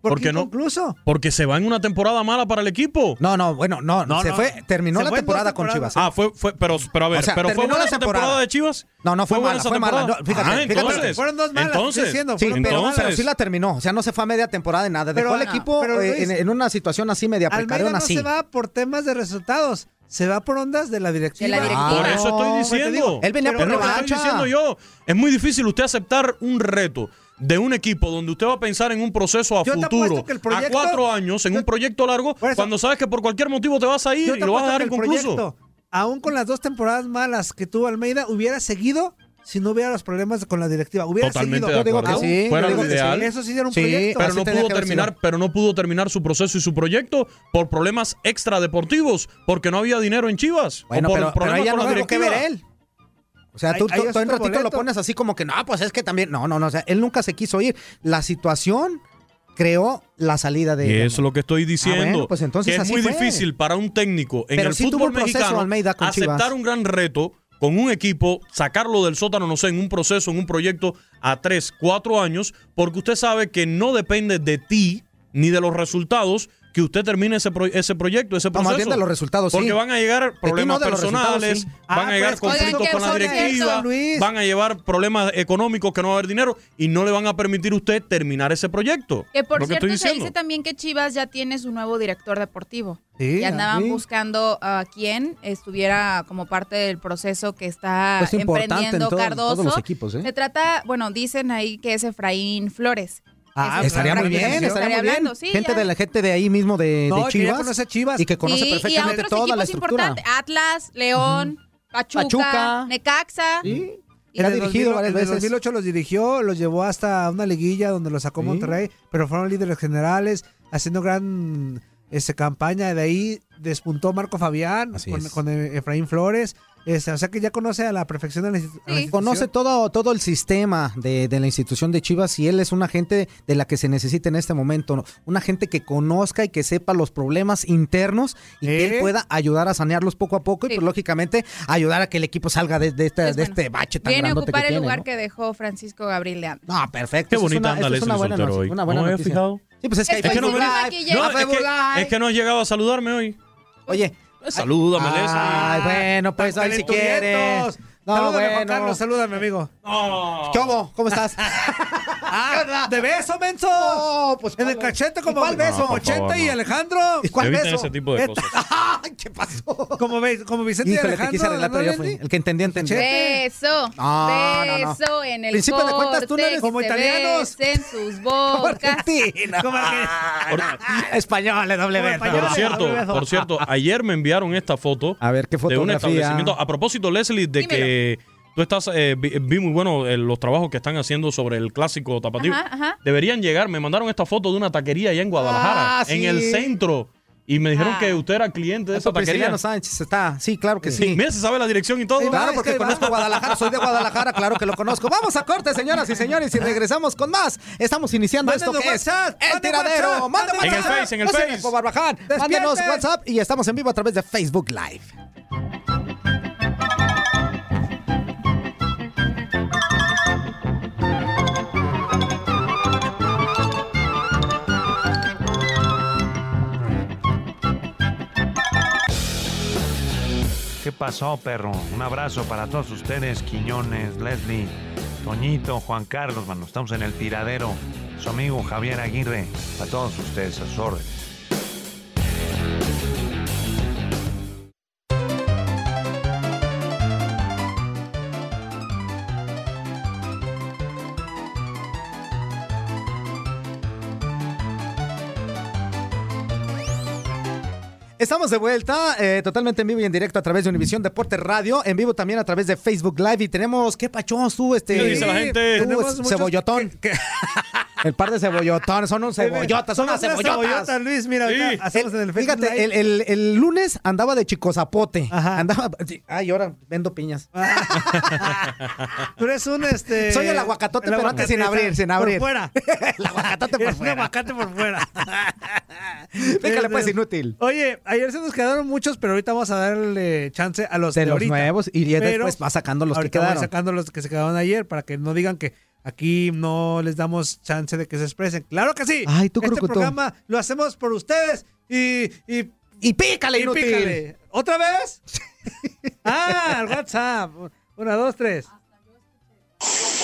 C: ¿Por
B: Porque
C: qué
B: no,
C: inconcluso?
B: porque se va en una temporada mala para el equipo.
D: No, no, bueno, no, se fue- terminó la
B: en dos
D: temporada con
B: temporadas.
D: Chivas.
B: Ah, fue, fue, pero, pero a ver,
D: O sea,
B: pero fue
D: terminó
B: buena
D: la
B: esa
D: temporada.
B: temporada de Chivas.
D: No, no, fue,
B: buena
D: mala,
B: esa
D: fue mala.
B: temporada?
D: No, fíjate,
B: Ah,
D: fíjate.
B: entonces, Entonces,
D: Sí, pero, no, pero
B: entonces,
D: sí la terminó. O sea, no se fue a media temporada de nada. Dejó
C: Pero,
D: al
C: no,
D: equipo
C: pero,
D: eh,
C: Luis,
D: en, en una situación así, media
C: Almeida
D: precaria,
C: no
D: así.
C: se va por temas de resultados, se va por ondas de la directiva.
B: Por eso estoy
C: Pues te
B: diciendo.
C: digo,
B: Él venía por lo que estoy diciendo yo. Es muy difícil usted aceptar un reto de un equipo donde usted va a pensar en un proceso a
C: Yo te
B: futuro,
C: apuesto que el
B: a
C: proyecto-
B: cuatro años, en un proyecto largo, cuando sabes que por cualquier motivo te vas a ir
C: Yo
B: y
C: te
B: lo vas a
C: apuesto
B: dejar
C: que el
B: inconcluso.
C: proyecto, Aún con las dos temporadas malas que tuvo Almeida, hubiera seguido si no hubiera los problemas con la directiva. Hubiera
B: Totalmente de
C: seguido.
B: acuerdo.
C: Yo digo que aún-
B: Fuera
C: yo
B: lo
C: digo que
B: ideal.
C: sí. Eso sí era un
B: Sí,
C: proyecto.
B: Pero no, pudo terminar, pero no pudo terminar su proceso y su proyecto por problemas extradeportivos, porque no había dinero en Chivas.
D: Bueno,
B: o por
D: pero- pero
B: problemas
D: ahí ya
B: con
D: no
B: la
D: tuvo que ver
B: directiva.
D: él. O sea,
B: Ahí-
D: tú,
B: ahí
D: tú-
B: es
D: tú en
B: otro
D: ratito lo
B: boleto.
D: pones así como que no, pues es que también. No, no, no. O sea, él nunca se quiso ir. La situación creó la salida de.
B: Y eso es lo que estoy diciendo.
D: bueno, pues entonces
B: que es
D: así
B: muy
D: fue.
B: difícil para un técnico en
D: Pero
B: el
D: sí tuvo
B: fútbol
D: un proceso
B: mexicano
D: Almeida con
B: aceptar
D: Chivas.
B: un gran reto con un equipo, sacarlo del sótano, no sé, en un proceso, en un proyecto a tres, cuatro años, porque usted sabe que no depende de ti ni de los resultados que usted termine ese, pro- ese proyecto, ese
D: No,
B: proceso.
D: más bien de los resultados, sí.
B: Porque van a
D: De
B: llegar
D: ti,
B: problemas
D: no, de los
B: personales,
D: resultados, sí.
B: van
D: Ah,
B: a llegar
D: pues, oigan,
B: conflictos
D: que
B: con la
D: eso es cierto,
B: directiva,
D: Luis.
B: van a llevar problemas económicos que no va a haber dinero y no le van a permitir a usted terminar ese proyecto.
A: Que por
B: Lo que
A: cierto
B: estoy
A: se
B: diciendo.
A: dice también que Chivas ya tiene su nuevo director deportivo.
B: Sí,
A: y andaban
B: sí.
A: buscando a quien estuviera como parte del proceso que está
D: Pues importante en
A: emprendiendo
D: todo-
A: Cardoso.
D: todos los equipos, ¿eh?
A: Se trata, bueno, dicen ahí que es Efraín Flores.
D: Ah,
A: Ese
D: estaría muy
A: Efraín
D: bien,
A: Flores.
D: estaría muy
A: Estaría
D: bien.
A: hablando, sí,
D: gente
A: ya.
D: de la gente de ahí mismo de,
C: No,
D: de
C: que ya
D: Chivas,
C: conoce a Chivas.
D: y que conoce
A: Sí,
D: perfectamente
A: y a otros
D: toda la
A: equipos
D: estructura.
A: importantes. Atlas, León, Pachuca,
D: Pachuca.
A: Necaxa.
D: Era dirigido varias
C: En el
D: veces.
C: 2008 los dirigió, los llevó hasta una liguilla donde los sacó Monterrey, pero fueron líderes generales, haciendo gran este, campaña. De ahí despuntó Marco Fabián con,
D: es.
C: con Efraín Flores. Este, o sea que ya conoce a la perfección a la, institu- a la institución.
D: Conoce todo, todo el sistema de, de la institución de Chivas y él es una gente de la que se necesita en este momento. ¿no? Una gente que conozca y que sepa los problemas internos y que él pueda ayudar a sanearlos poco a poco y, pues, lógicamente, ayudar a que el equipo salga de, de, esta- de este bache tan
A: Viene a
D: grandote
A: ocupar
D: que
A: el
D: tiene.
A: lugar
D: ¿no?
A: que dejó Francisco Gabriel de Anda.
D: Ah, perfecto.
B: Qué
D: Eso es
B: bonita
D: una-
B: anda
D: eso es
B: Leslie
D: una buena
B: Soltero
D: noticia,
B: hoy.
D: una
B: No
D: buena
B: me había
D: noticia.
B: fijado.
D: Sí, pues es que,
A: Este
B: Es que no me- No, es, que, es que no has llegado a saludarme hoy. Pues
D: Oye.
B: Salúdame, Leslie.
D: Ay, bueno, pues hoy si quieres.
C: Calenturientos.
D: No,
C: salúdame, Juan
D: bueno.
C: Carlos, salúdame, amigo.
D: ¿Qué hubo? ¿Cómo estás?
C: Ah, de beso, menso. en el cachete como
D: ¿Y pues, cuál beso?
C: Como
D: No, por favor,
C: Chente y
D: no.
C: Alejandro.
D: ¿Y cuál
B: Eviten
D: beso?
B: ese tipo de cosas.
D: ¿Qué pasó?
C: Como, ve- como Vicente y
D: Híjole, te
C: Alejandro.
D: quise arreglar,
C: ¿no,
D: pero yo
C: Andy?
D: fui. El que entendía, entendía.
G: Beso,
D: No, no, no.
G: beso en el
D: Principio de cuentas, tú no
G: corte
D: eres como
G: que se
D: italianos.
G: besen sus bocas.
D: Como
A: Ah.
D: Español, le doble vez.
B: Por cierto, por cierto, ayer me enviaron esta foto.
D: A ver qué
B: De un
D: fotografía?
B: establecimiento. A propósito, Leslie, de que tú estás. eh, vi, vi muy bueno eh, los trabajos que están haciendo sobre el clásico tapatío.
G: Ajá, ajá.
B: Deberían llegar. Me mandaron esta foto de una taquería allá en Guadalajara,
D: Ah, sí. pues,
B: en el centro. Y me dijeron
D: Ah.
B: que usted era cliente de esa taquería.
D: Prisciliano Sánchez está. Sí, claro que
B: Sí,
D: sí.
B: Mira, se sabe la dirección y todo.
D: Claro, porque conozco Guadalajara, soy de Guadalajara, claro que lo conozco. Vamos a corte, señoras y señores, y regresamos con más. Estamos iniciando
C: Mándenos
D: esto que es
C: WhatsApp,
D: El
C: mándenos
D: Tiradero.
C: WhatsApp,
D: Manden
C: mándenos
D: WhatsApp.
C: En el Face, en el
D: No se
C: Face.
D: les fue Barbaján. Mándenos
C: Despierten.
D: WhatsApp y estamos en vivo a través de Facebook Live.
H: ¿Qué pasó, perro? Un abrazo para todos ustedes, Quiñones, Leslie, Toñito, Juan Carlos, mano. Estamos en el tiradero. Su amigo Javier Aguirre, a todos ustedes, a sus órdenes.
D: Estamos de vuelta, eh, totalmente en vivo y en directo a través de Univisión Deporte Radio, en vivo también a través de Facebook Live y tenemos, ¿qué pachón tú? Este,
B: ¿Qué dice la gente?
D: tú,
B: Tenemos
D: es-
B: muchos-
D: cebollotón. El par de cebollotones, son un cebollotas, son unas
C: unas
D: cebollotas.
C: cebollotas, Luis, mira, ahorita
D: Sí.
C: hacemos
D: El-
C: en el Facebook
D: Fíjate, el,
C: Live.
D: el- el lunes andaba de chicozapote. Andaba, ay, ahora vendo piñas.
C: Ah. Tú eres un este.
D: Soy el aguacatote, pero antes sin abrir, sin abrir.
C: Por fuera.
D: el aguacatote por
C: fuera. aguacate por fuera.
D: Déjale, pues, inútil.
C: Oye, ayer se nos quedaron muchos, pero ahorita vamos a darle chance a los
D: De
C: de,
D: los
C: ahorita.
D: nuevos, y ya
C: Pero
D: después va sacando los que
C: ahorita voy
D: quedaron.
C: sacando los que se quedaron ayer para que no digan que aquí no les damos chance de que se expresen. ¡Claro que sí!
D: Ay, tú,
C: Este
D: Crocutón.
C: programa lo hacemos por ustedes y... Y,
D: y pícale, inútil.
C: ¿Otra vez? ah, al WhatsApp. Una, dos, tres.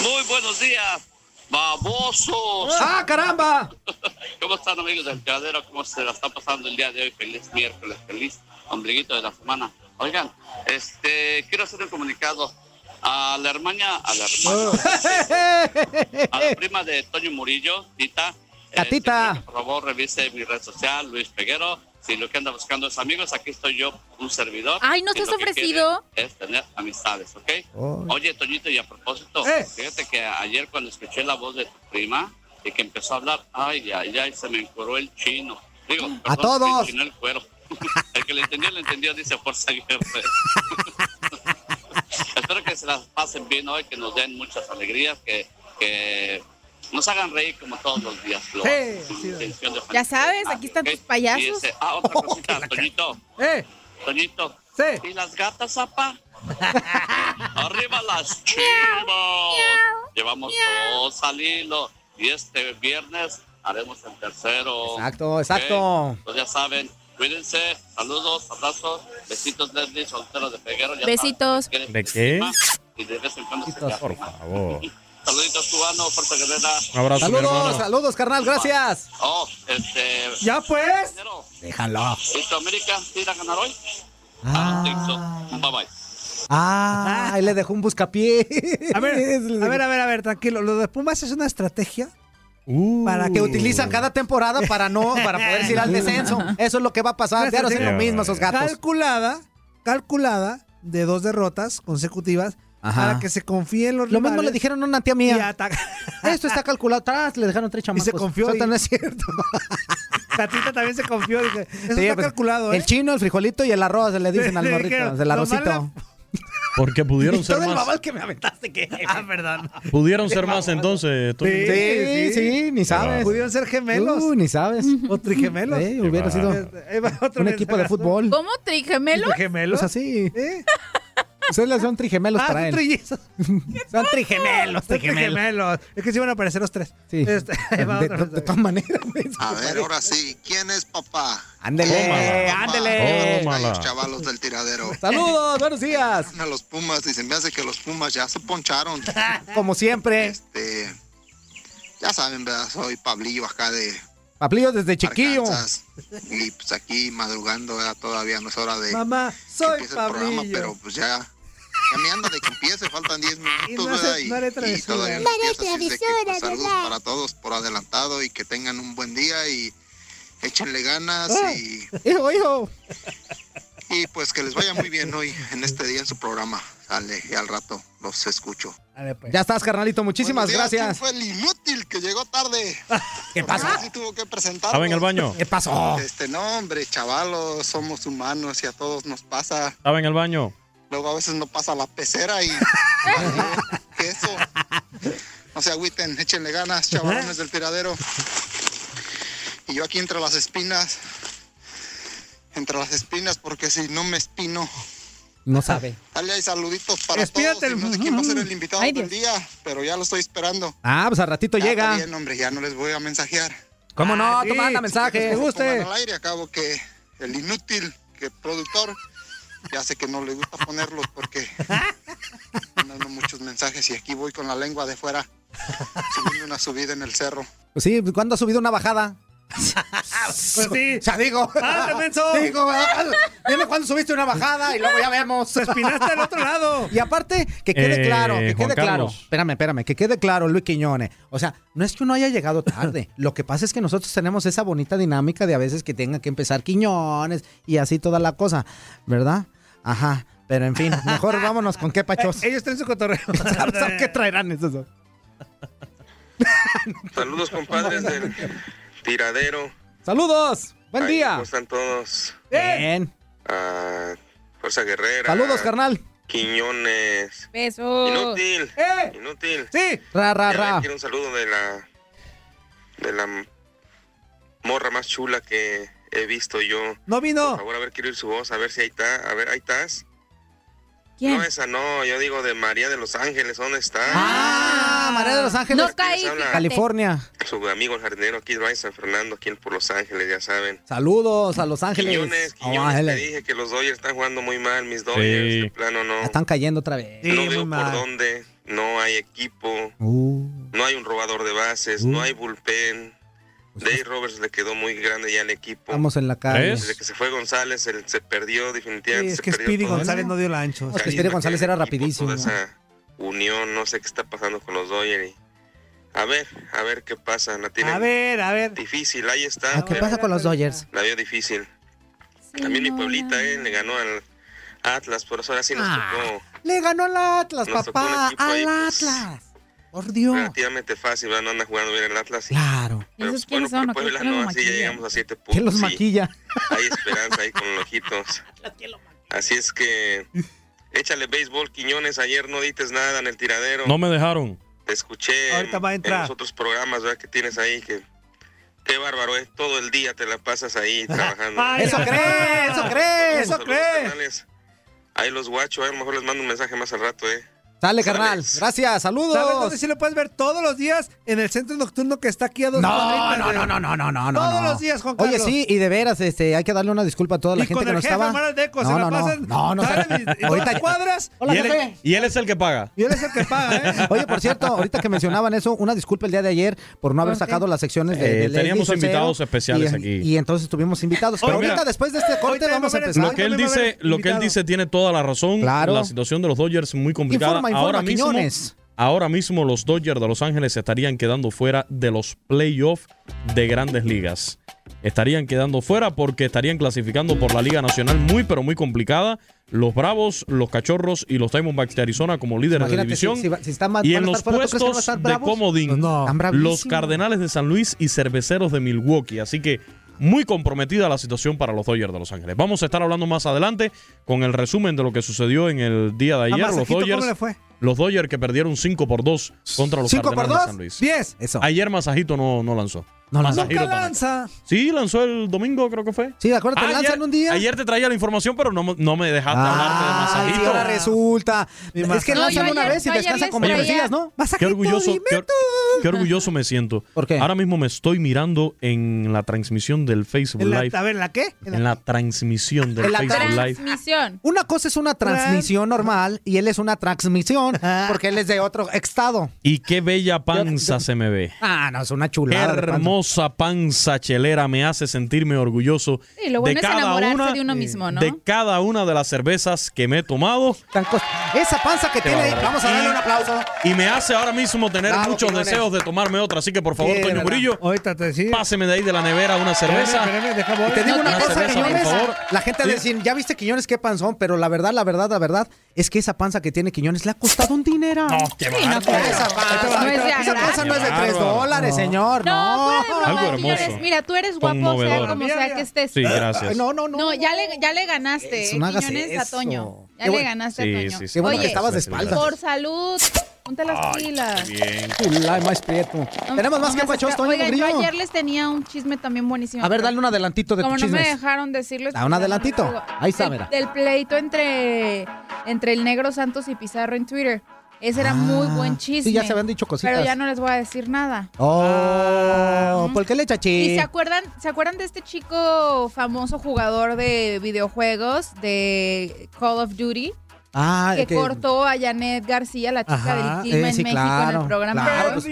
I: Muy buenos días, babosos.
D: ¡Ah, caramba!
I: ¿Cómo están, amigos del tiradero? ¿Cómo se la está pasando el día de hoy? Feliz miércoles, feliz ombliguito de la semana. Oigan, este, quiero hacer un comunicado a la hermana, a la
D: Oh.
G: Oh.
I: hermana, a la prima de Toño Murillo, Tita. Eh,
D: Catita.
I: por favor, revise mi red social, Luis Peguero. Si lo que anda buscando es amigos, aquí estoy yo, un servidor.
G: Ay, ¿no
I: Y
G: estás
I: lo que
G: ofrecido?
I: quiere Es tener amistades, ¿ok? Oye, Toñito, y a propósito,
A: Eh.
I: fíjate que ayer cuando escuché la voz de tu prima y que empezó a hablar, ay, ay, ay, se me encuró el chino. Digo,
D: A
I: perdón,
D: todos.
I: Me enchinó el cuero. el que le entendió, le entendió, dice Fuerza Guerrera. Espero que se las pasen bien hoy, que nos den muchas alegrías, que, que nos hagan reír como todos los días. Lo
A: Sí,
I: hacen con
A: sí,
I: intención de
A: Ya sabes, aquí están tus
I: y
A: payasos.
I: ese- ah, otra cosita, Toñito.
A: Eh.
I: Toñito. ¿Y las gatas, apa? Arriba las chivas. Llevamos dos al hilo. Y este viernes haremos el tercero.
D: Exacto, exacto.
I: Ok, Pues ya saben. Cuídense. Saludos, abrazos. Besitos, Leslie, soltero de Peguero. ya
A: Besitos.
I: saben, si
B: ¿De
I: quieres
B: qué?
I: Y de vez en cuando se te
B: Por favor.
I: Saluditos cubanos, Fuerza Guerrera.
B: Un abrazo, mi
D: Saludos,
B: hermano.
D: saludos, carnal, gracias.
I: Oh, este.
D: Ya, pues.
I: Dinero.
D: Déjalo.
I: ¿Listo, América? ¿Sí la ganar hoy?
D: Ah,
I: Bye bye.
D: ah, ahí le dejó un buscapié.
C: A ver, a ver, a ver, a ver, tranquilo. Lo de Pumas es una estrategia Uh.
D: para que utilizan cada temporada para no para poder ir al descenso. Eso es lo que va a pasar. Ya hacen lo mismo esos gatos.
C: Calculada, calculada de dos derrotas consecutivas
D: Ajá.
C: para que se confíen los
D: Lo mismo
C: rivales
D: le dijeron a una tía
C: y
D: mía.
C: ataca-
D: Esto está calculado atrás, le dejaron tres chamacos.
C: se confió
D: Suelta,
C: y-
D: no es cierto.
C: Catita también se confió. dije, Eso
D: Sí,
C: está
D: pues,
C: calculado, ¿eh?
D: El chino, el frijolito y el arroz, le dicen al
C: Le
D: morrito,
C: dijeron,
D: del
C: "Nomás
D: arrocito.
B: Porque pudieron ser más.
D: que me aventaste que...
C: Ah, perdón.
B: Pudieron ser más entonces. tú.
C: Sí,
D: Sí, sí, ni sabes.
C: Pudieron ser gemelos.
D: Uy, ni sabes.
C: O trigemelos.
D: Eh, hubiera sido
C: Ahí va otro
D: un equipo de
C: mensaje.
D: fútbol.
A: ¿Cómo trigemelos?
C: ¿Gemelos?
D: Pues así. Ustedes les son trigemelos
C: Ah,
D: para
C: son
D: él.
C: trillizos.
D: Son trigemelos,
C: Son
D: trigemelos.
C: trigemelos. Es que sí van a aparecer los tres.
D: Sí.
C: Este, ahí va
D: De,
C: otro
D: de- de
C: mensaje.
D: todas maneras.
J: A ver, ahora sí, ¿quién es papá?
D: Ándele,
J: Tómala,
D: ándele.
J: papá.
D: Tómala.
J: Los chavalos del tiradero.
D: Saludos, buenos días.
J: A los Pumas, y se me hace que los Pumas ya se poncharon.
D: Como siempre.
J: Este, ya saben, ¿verdad? Soy Pablillo acá de
D: Paplillo desde chiquillo.
J: Arkansas. Y pues aquí madrugando ¿verdad? todavía no es hora de
C: Mamá,
J: que
C: soy
J: empiece el programa,
C: Pablillo.
J: pero pues ya, ya me anda de que empiece, faltan 10 minutos,
C: Y no hace-
J: ¿verdad? Y,
C: no haré
J: y
C: travesuras.
J: todavía
C: No
J: no
C: haré
J: empieza, así es de que, pues,
C: travesuras,
J: saludos
C: ¿verdad?
J: para todos por adelantado y que tengan un buen día y échenle ganas
D: Ah.
J: y,
D: Hijo, hijo.
J: y pues que les vaya muy bien hoy en este día en su programa. Sale, y al rato los escucho.
D: pues. Ya estás, carnalito. Muchísimas
J: Buenos días, ¿quién
D: gracias.
J: fue el inútil que llegó tarde?
D: ¿Qué pasa?
J: Sí tuvo que presentar.
B: Estaba en el baño.
D: ¿Qué pasó?
J: Este, no, hombre, chavalos, somos humanos y a todos nos pasa.
B: Estaba en el baño.
J: Luego a veces no pasa la pecera y. queso. No se agüiten, échenle ganas, chavalones del tiradero. Y yo aquí entre las espinas. Entre las espinas, porque si no me espino.
D: No sabe.
J: Dale ahí saluditos para
D: Espírate.
J: todos. y no sé quién va a ser el invitado del día, pero ya lo estoy esperando.
D: Ah, pues al ratito
J: Ya,
D: llega.
J: está bien, hombre, ya no les voy a mensajear.
D: ¿Cómo no? Tú manda
J: Que
D: mensaje.
J: se pongan al aire, acabo que el inútil, que el productor, ya sé que no le gusta ponerlos porque mandando muchos mensajes y aquí voy con la lengua de fuera, subiendo una subida en el cerro.
D: Pues sí, ¿cuándo ha subido una bajada? Ah,
C: Pues sí.
D: O sea, digo.
C: ¡Ándale, menso!
D: Digo, ah, dime cuándo subiste una bajada y luego ya vemos.
C: Te espinaste al otro lado.
D: Y aparte, que quede
B: Eh,
D: claro, que
B: Juan
D: quede claro.
B: Carlos.
D: Espérame, espérame, que quede claro, Luis Quiñones. O sea, no es que uno haya llegado tarde. Lo que pasa es que nosotros tenemos esa bonita dinámica de a veces que tenga que empezar Quiñones y así toda la cosa, ¿verdad? Ajá. Pero en fin, mejor vámonos con qué pachos.
C: ellos traen su cotorreo.
D: ¿Sabes qué traerán esos?
K: Saludos, compadres del tiradero.
D: ¡Saludos! ¡Buen
K: Ahí,
D: día!
K: ¿Cómo están todos? eh.
D: Bien.
K: Ah, Fuerza Guerrera.
D: Saludos, carnal. Oh.
K: Quiñones.
A: Besos.
K: Inútil. Inútil.
D: Eh. Sí. Ra, ra,
K: Ya
D: ra.
K: le Quiero un saludo de la. De la morra más chula que he visto yo.
C: No vino.
K: Por favor, a ver, quiero oír su voz, a ver si ahí está. A ver, ahí estás.
A: ¿Quién?
K: No, esa no, yo digo de María de los Ángeles, ¿dónde está?
D: Ah, María de los Ángeles.
A: No caí, fíjate.
D: California.
K: Su amigo el jardinero aquí va en San Fernando, aquí en- por Los Ángeles, ya saben.
D: Saludos a Los Ángeles.
K: Quiñones,
D: Oh,
K: Quiñones,
D: Ángeles.
K: te dije que los Dodgers están jugando muy mal, mis Dodgers, de plano no.
D: Están cayendo otra vez.
K: no veo por dónde, no hay equipo,
D: Uh,
K: no hay un robador de bases,
C: Uh.
K: no hay bullpen. Dave Roberts le quedó muy grande ya al equipo.
D: Pues Estamos en la calle.
K: Desde que se fue González, él se perdió definitivamente.
C: es
K: se
C: que
K: perdió
C: Speedy
K: todo.
C: González no dio el ancho.
D: No, es que Espíritu González era rapidísimo.
K: toda esa unión, no sé qué está pasando con los Dodgers. y- A ver, a ver qué pasa. La tienen
C: A ver, a ver.
K: difícil, ahí está.
D: Ah, ¿Qué
C: Ah,
K: pero
D: pasa con los Dodgers?
K: La veo difícil. También mi pueblita eh, le ganó al Atlas, por eso ahora sí nos
D: Ah,
K: tocó
D: Le ganó al Atlas,
K: Nos tocó un
D: papá.
K: equipo Eh, ahí,
D: Al
K: pues.
D: Atlas. Por Dios.
K: relativamente fácil, ¿verdad? No anda jugando bien el Atlas.
D: Claro.
K: Pero
A: ¿Esos
K: pues, bueno,
A: quiénes son?
K: por
A: ¿O qué-
K: Puebla
A: quién los
K: no, así ya
A: maquilla?
K: llegamos a siete puntos.
D: ¿Quién los
K: sí.
D: maquilla?
K: Hay esperanza ahí con los ojitos. Así es que échale béisbol, Quiñones. Ayer no dites nada en el tiradero.
B: No me dejaron.
K: Te escuché en,
C: Ahorita va a
K: en
C: entrar.
K: los otros programas ¿verdad? que tienes ahí. que Qué bárbaro, ¿eh? todo el día te la pasas ahí trabajando.
D: Eso crees, eso crees, eso
K: Saludos,
D: crees.
K: carnales. Ahí los guacho, eh, a lo mejor les mando un mensaje más al rato, ¿eh?
D: Sale, carnal. Gracias,
C: ¿Sabes dónde
D: saludos.
C: sí lo puedes ver todos los días? En el centro nocturno que está aquí a dos
D: No,
C: cuadritas
D: no,
C: de-
D: no, no, no, no, no, no.
C: Todos
D: no.
C: los días, Juan
D: Oye,
C: Carlos.
D: sí, y de veras, este, hay que darle una disculpa a toda la
C: Y
D: gente
C: con
D: que
C: el
D: no
C: jefe
D: estaba.
C: Omar Aldeco, se
D: no,
C: la
D: no,
C: pasan-
D: no, no, no,
C: sale
D: sale-
C: mis-
D: ahorita-
C: mis cuadras.
D: Hola,
B: y, él,
D: jefe.
B: y él es el que paga.
C: Y él es el que paga, ¿eh?
D: Oye, por cierto, ahorita que mencionaban eso, una disculpa el día de ayer por no haber
C: Ok.
D: sacado las secciones de,
B: Eh,
D: de Leslie
B: teníamos
D: Solcero
B: invitados especiales
D: y-
B: aquí.
D: Y entonces tuvimos invitados. Pero
B: Oye,
D: ahorita,
B: mira,
D: después de este corte,
C: ahorita
D: vamos a
C: vamos a ver
D: empezar.
B: Lo que él
C: Ay, también va a
B: dice,
C: haber
B: lo que él
C: invitado.
B: dice tiene toda la razón.
D: Claro.
B: La situación de los Dodgers es muy complicada.
D: Informa, informa,
B: ahora mismo,
D: Quiñones.
B: ahora mismo los Dodgers de Los Ángeles estarían quedando fuera de los playoffs de Grandes Ligas. Estarían quedando fuera porque estarían clasificando por la Liga Nacional muy pero muy complicada. Los Bravos, los Cachorros y los Diamondbacks de Arizona como líderes de
D: Imagínate,
B: división.
D: si- si va- si están más-
B: y
D: van
B: en
D: a
B: los
D: estar fuera, ¿tú crees que van a
B: puestos
D: estar
B: de
D: bravos?
B: comodín,
D: No. Están
B: los
D: bravísimos.
B: Cardenales de San Luis y Cerveceros de Milwaukee. Así que muy comprometida la situación para los Dodgers de Los Ángeles. Vamos a estar hablando más adelante con el resumen de lo que sucedió en el día de
D: Ah,
B: ayer. Los
C: Masajito, ¿cómo le
B: Dodgers,
C: fue?
B: los Dodgers que perdieron 5 por 2 contra los
D: ¿Cinco por
B: Cardenales de
D: dos?
B: San Luis.
C: Diez.
D: Eso.
B: Ayer Masajito no, no lanzó.
D: No lanzó.
B: Masahiro
C: Nunca
B: también.
C: lanza.
B: Sí, lanzó el domingo, creo que fue.
D: Sí, acuérdate, lanzan un día.
B: Ayer te traía la información, pero no, no me dejaste
D: Ah,
B: hablarte de
D: y
B: Masajito.
D: ahora resulta.
C: Mi
D: Es
C: Masahiro.
D: que
A: No, yo
D: lanzan una
A: ayer-
D: vez y
A: yo ayer
D: descansan
A: les
D: como
A: traía-
D: tres días, ¿no?
B: Qué orgulloso,
D: dime
B: qué or-
D: tú.
B: Qué orgulloso me siento. Ahora mismo me estoy mirando en la transmisión del Facebook
C: En la-
B: Live.
C: a ver, ¿la qué?
B: En la transmisión del
D: En la
B: Facebook Live.
L: Transmisión.
D: Una cosa es una transmisión normal y él es una transmisión porque él es de otro estado.
B: Y qué bella panza se me ve.
D: Ah, no, es una
B: Qué
D: chulada. de panza.
B: hermosa panza chelera me hace sentirme orgulloso
L: Y lo bueno
B: de
L: es
B: cada
L: enamorarse
B: una
L: de uno mismo, ¿no?
B: de cada una de las cervezas que me he tomado.
D: Esa panza que
B: Qué
D: tiene ahí.
B: bárbaro.
D: Vamos a darle un aplauso.
B: Y me hace ahora mismo tener
D: Bravo,
B: muchos
D: Quiñones.
B: deseos de tomarme otra. Así que por favor,
D: Sí,
B: Toño
D: ¿verdad?
B: Murillo, páseme de ahí de la nevera una cerveza.
D: Y Te digo una, cosa,
B: cerveza,
D: Quiñones.
B: por favor.
D: La gente
B: Sí.
D: decir, ya viste Quiñones qué panzón, pero la verdad, la verdad, la verdad es que esa panza que tiene Quiñones le ha costado un dinero. No,
B: qué
D: sí, no, claro. Esa panza
A: No es de
D: esa panza
A: agrado.
D: no es de
A: Qué
D: 3
A: bárbaro.
D: dólares, señor. No,
A: Algo hermoso. Mira, tú eres guapo, sea
B: Conmovedor.
A: como
B: Mira,
A: sea
B: mira.
A: que estés.
B: Sí, gracias.
A: No, no, no. No, ya le, ya le ganaste,
B: Eso,
A: eh,
B: no hagas
A: Quiñones, a
B: eso.
A: Toño. Ya
B: Qué
A: le
B: bueno.
A: ganaste
B: Sí,
A: a Toño.
B: sí, sí. Qué bueno que
A: Oye,
B: estabas de espaldas.
A: Por salud, ponte las
B: Ay,
A: pilas.
B: Bien.
D: Ulay, más prieto.
A: No,
D: Tenemos más
A: no
D: que
A: me
D: pachos,
A: acerca-
D: Toño
A: Oigan, yo
D: Murillo.
A: ayer les tenía un chisme también buenísimo.
D: A ver,
A: pero
D: dale un adelantito de
A: Como
D: tus
A: no me
D: chismes.
A: dejaron decirles.
D: Ah, un adelantito. Ahí está,
A: del-
D: mira.
A: Del pleito entre, entre el negro Santos y Pizarro en Twitter. Ese era muy buen chisme.
D: Ah, sí, ya se habían dicho cositas.
A: Pero ya no les voy a decir nada.
D: Oh, ¿por qué le
A: ¿Y
D: chachí?
A: se acuerdan, se acuerdan de este chico famoso jugador de videojuegos de Call of Duty?
D: Ah,
A: que, cortó a Janet García, la chica
D: Ajá,
A: del clima
D: eh,
A: en
D: sí,
A: México en
D: claro,
A: el programa.
D: claro, pues-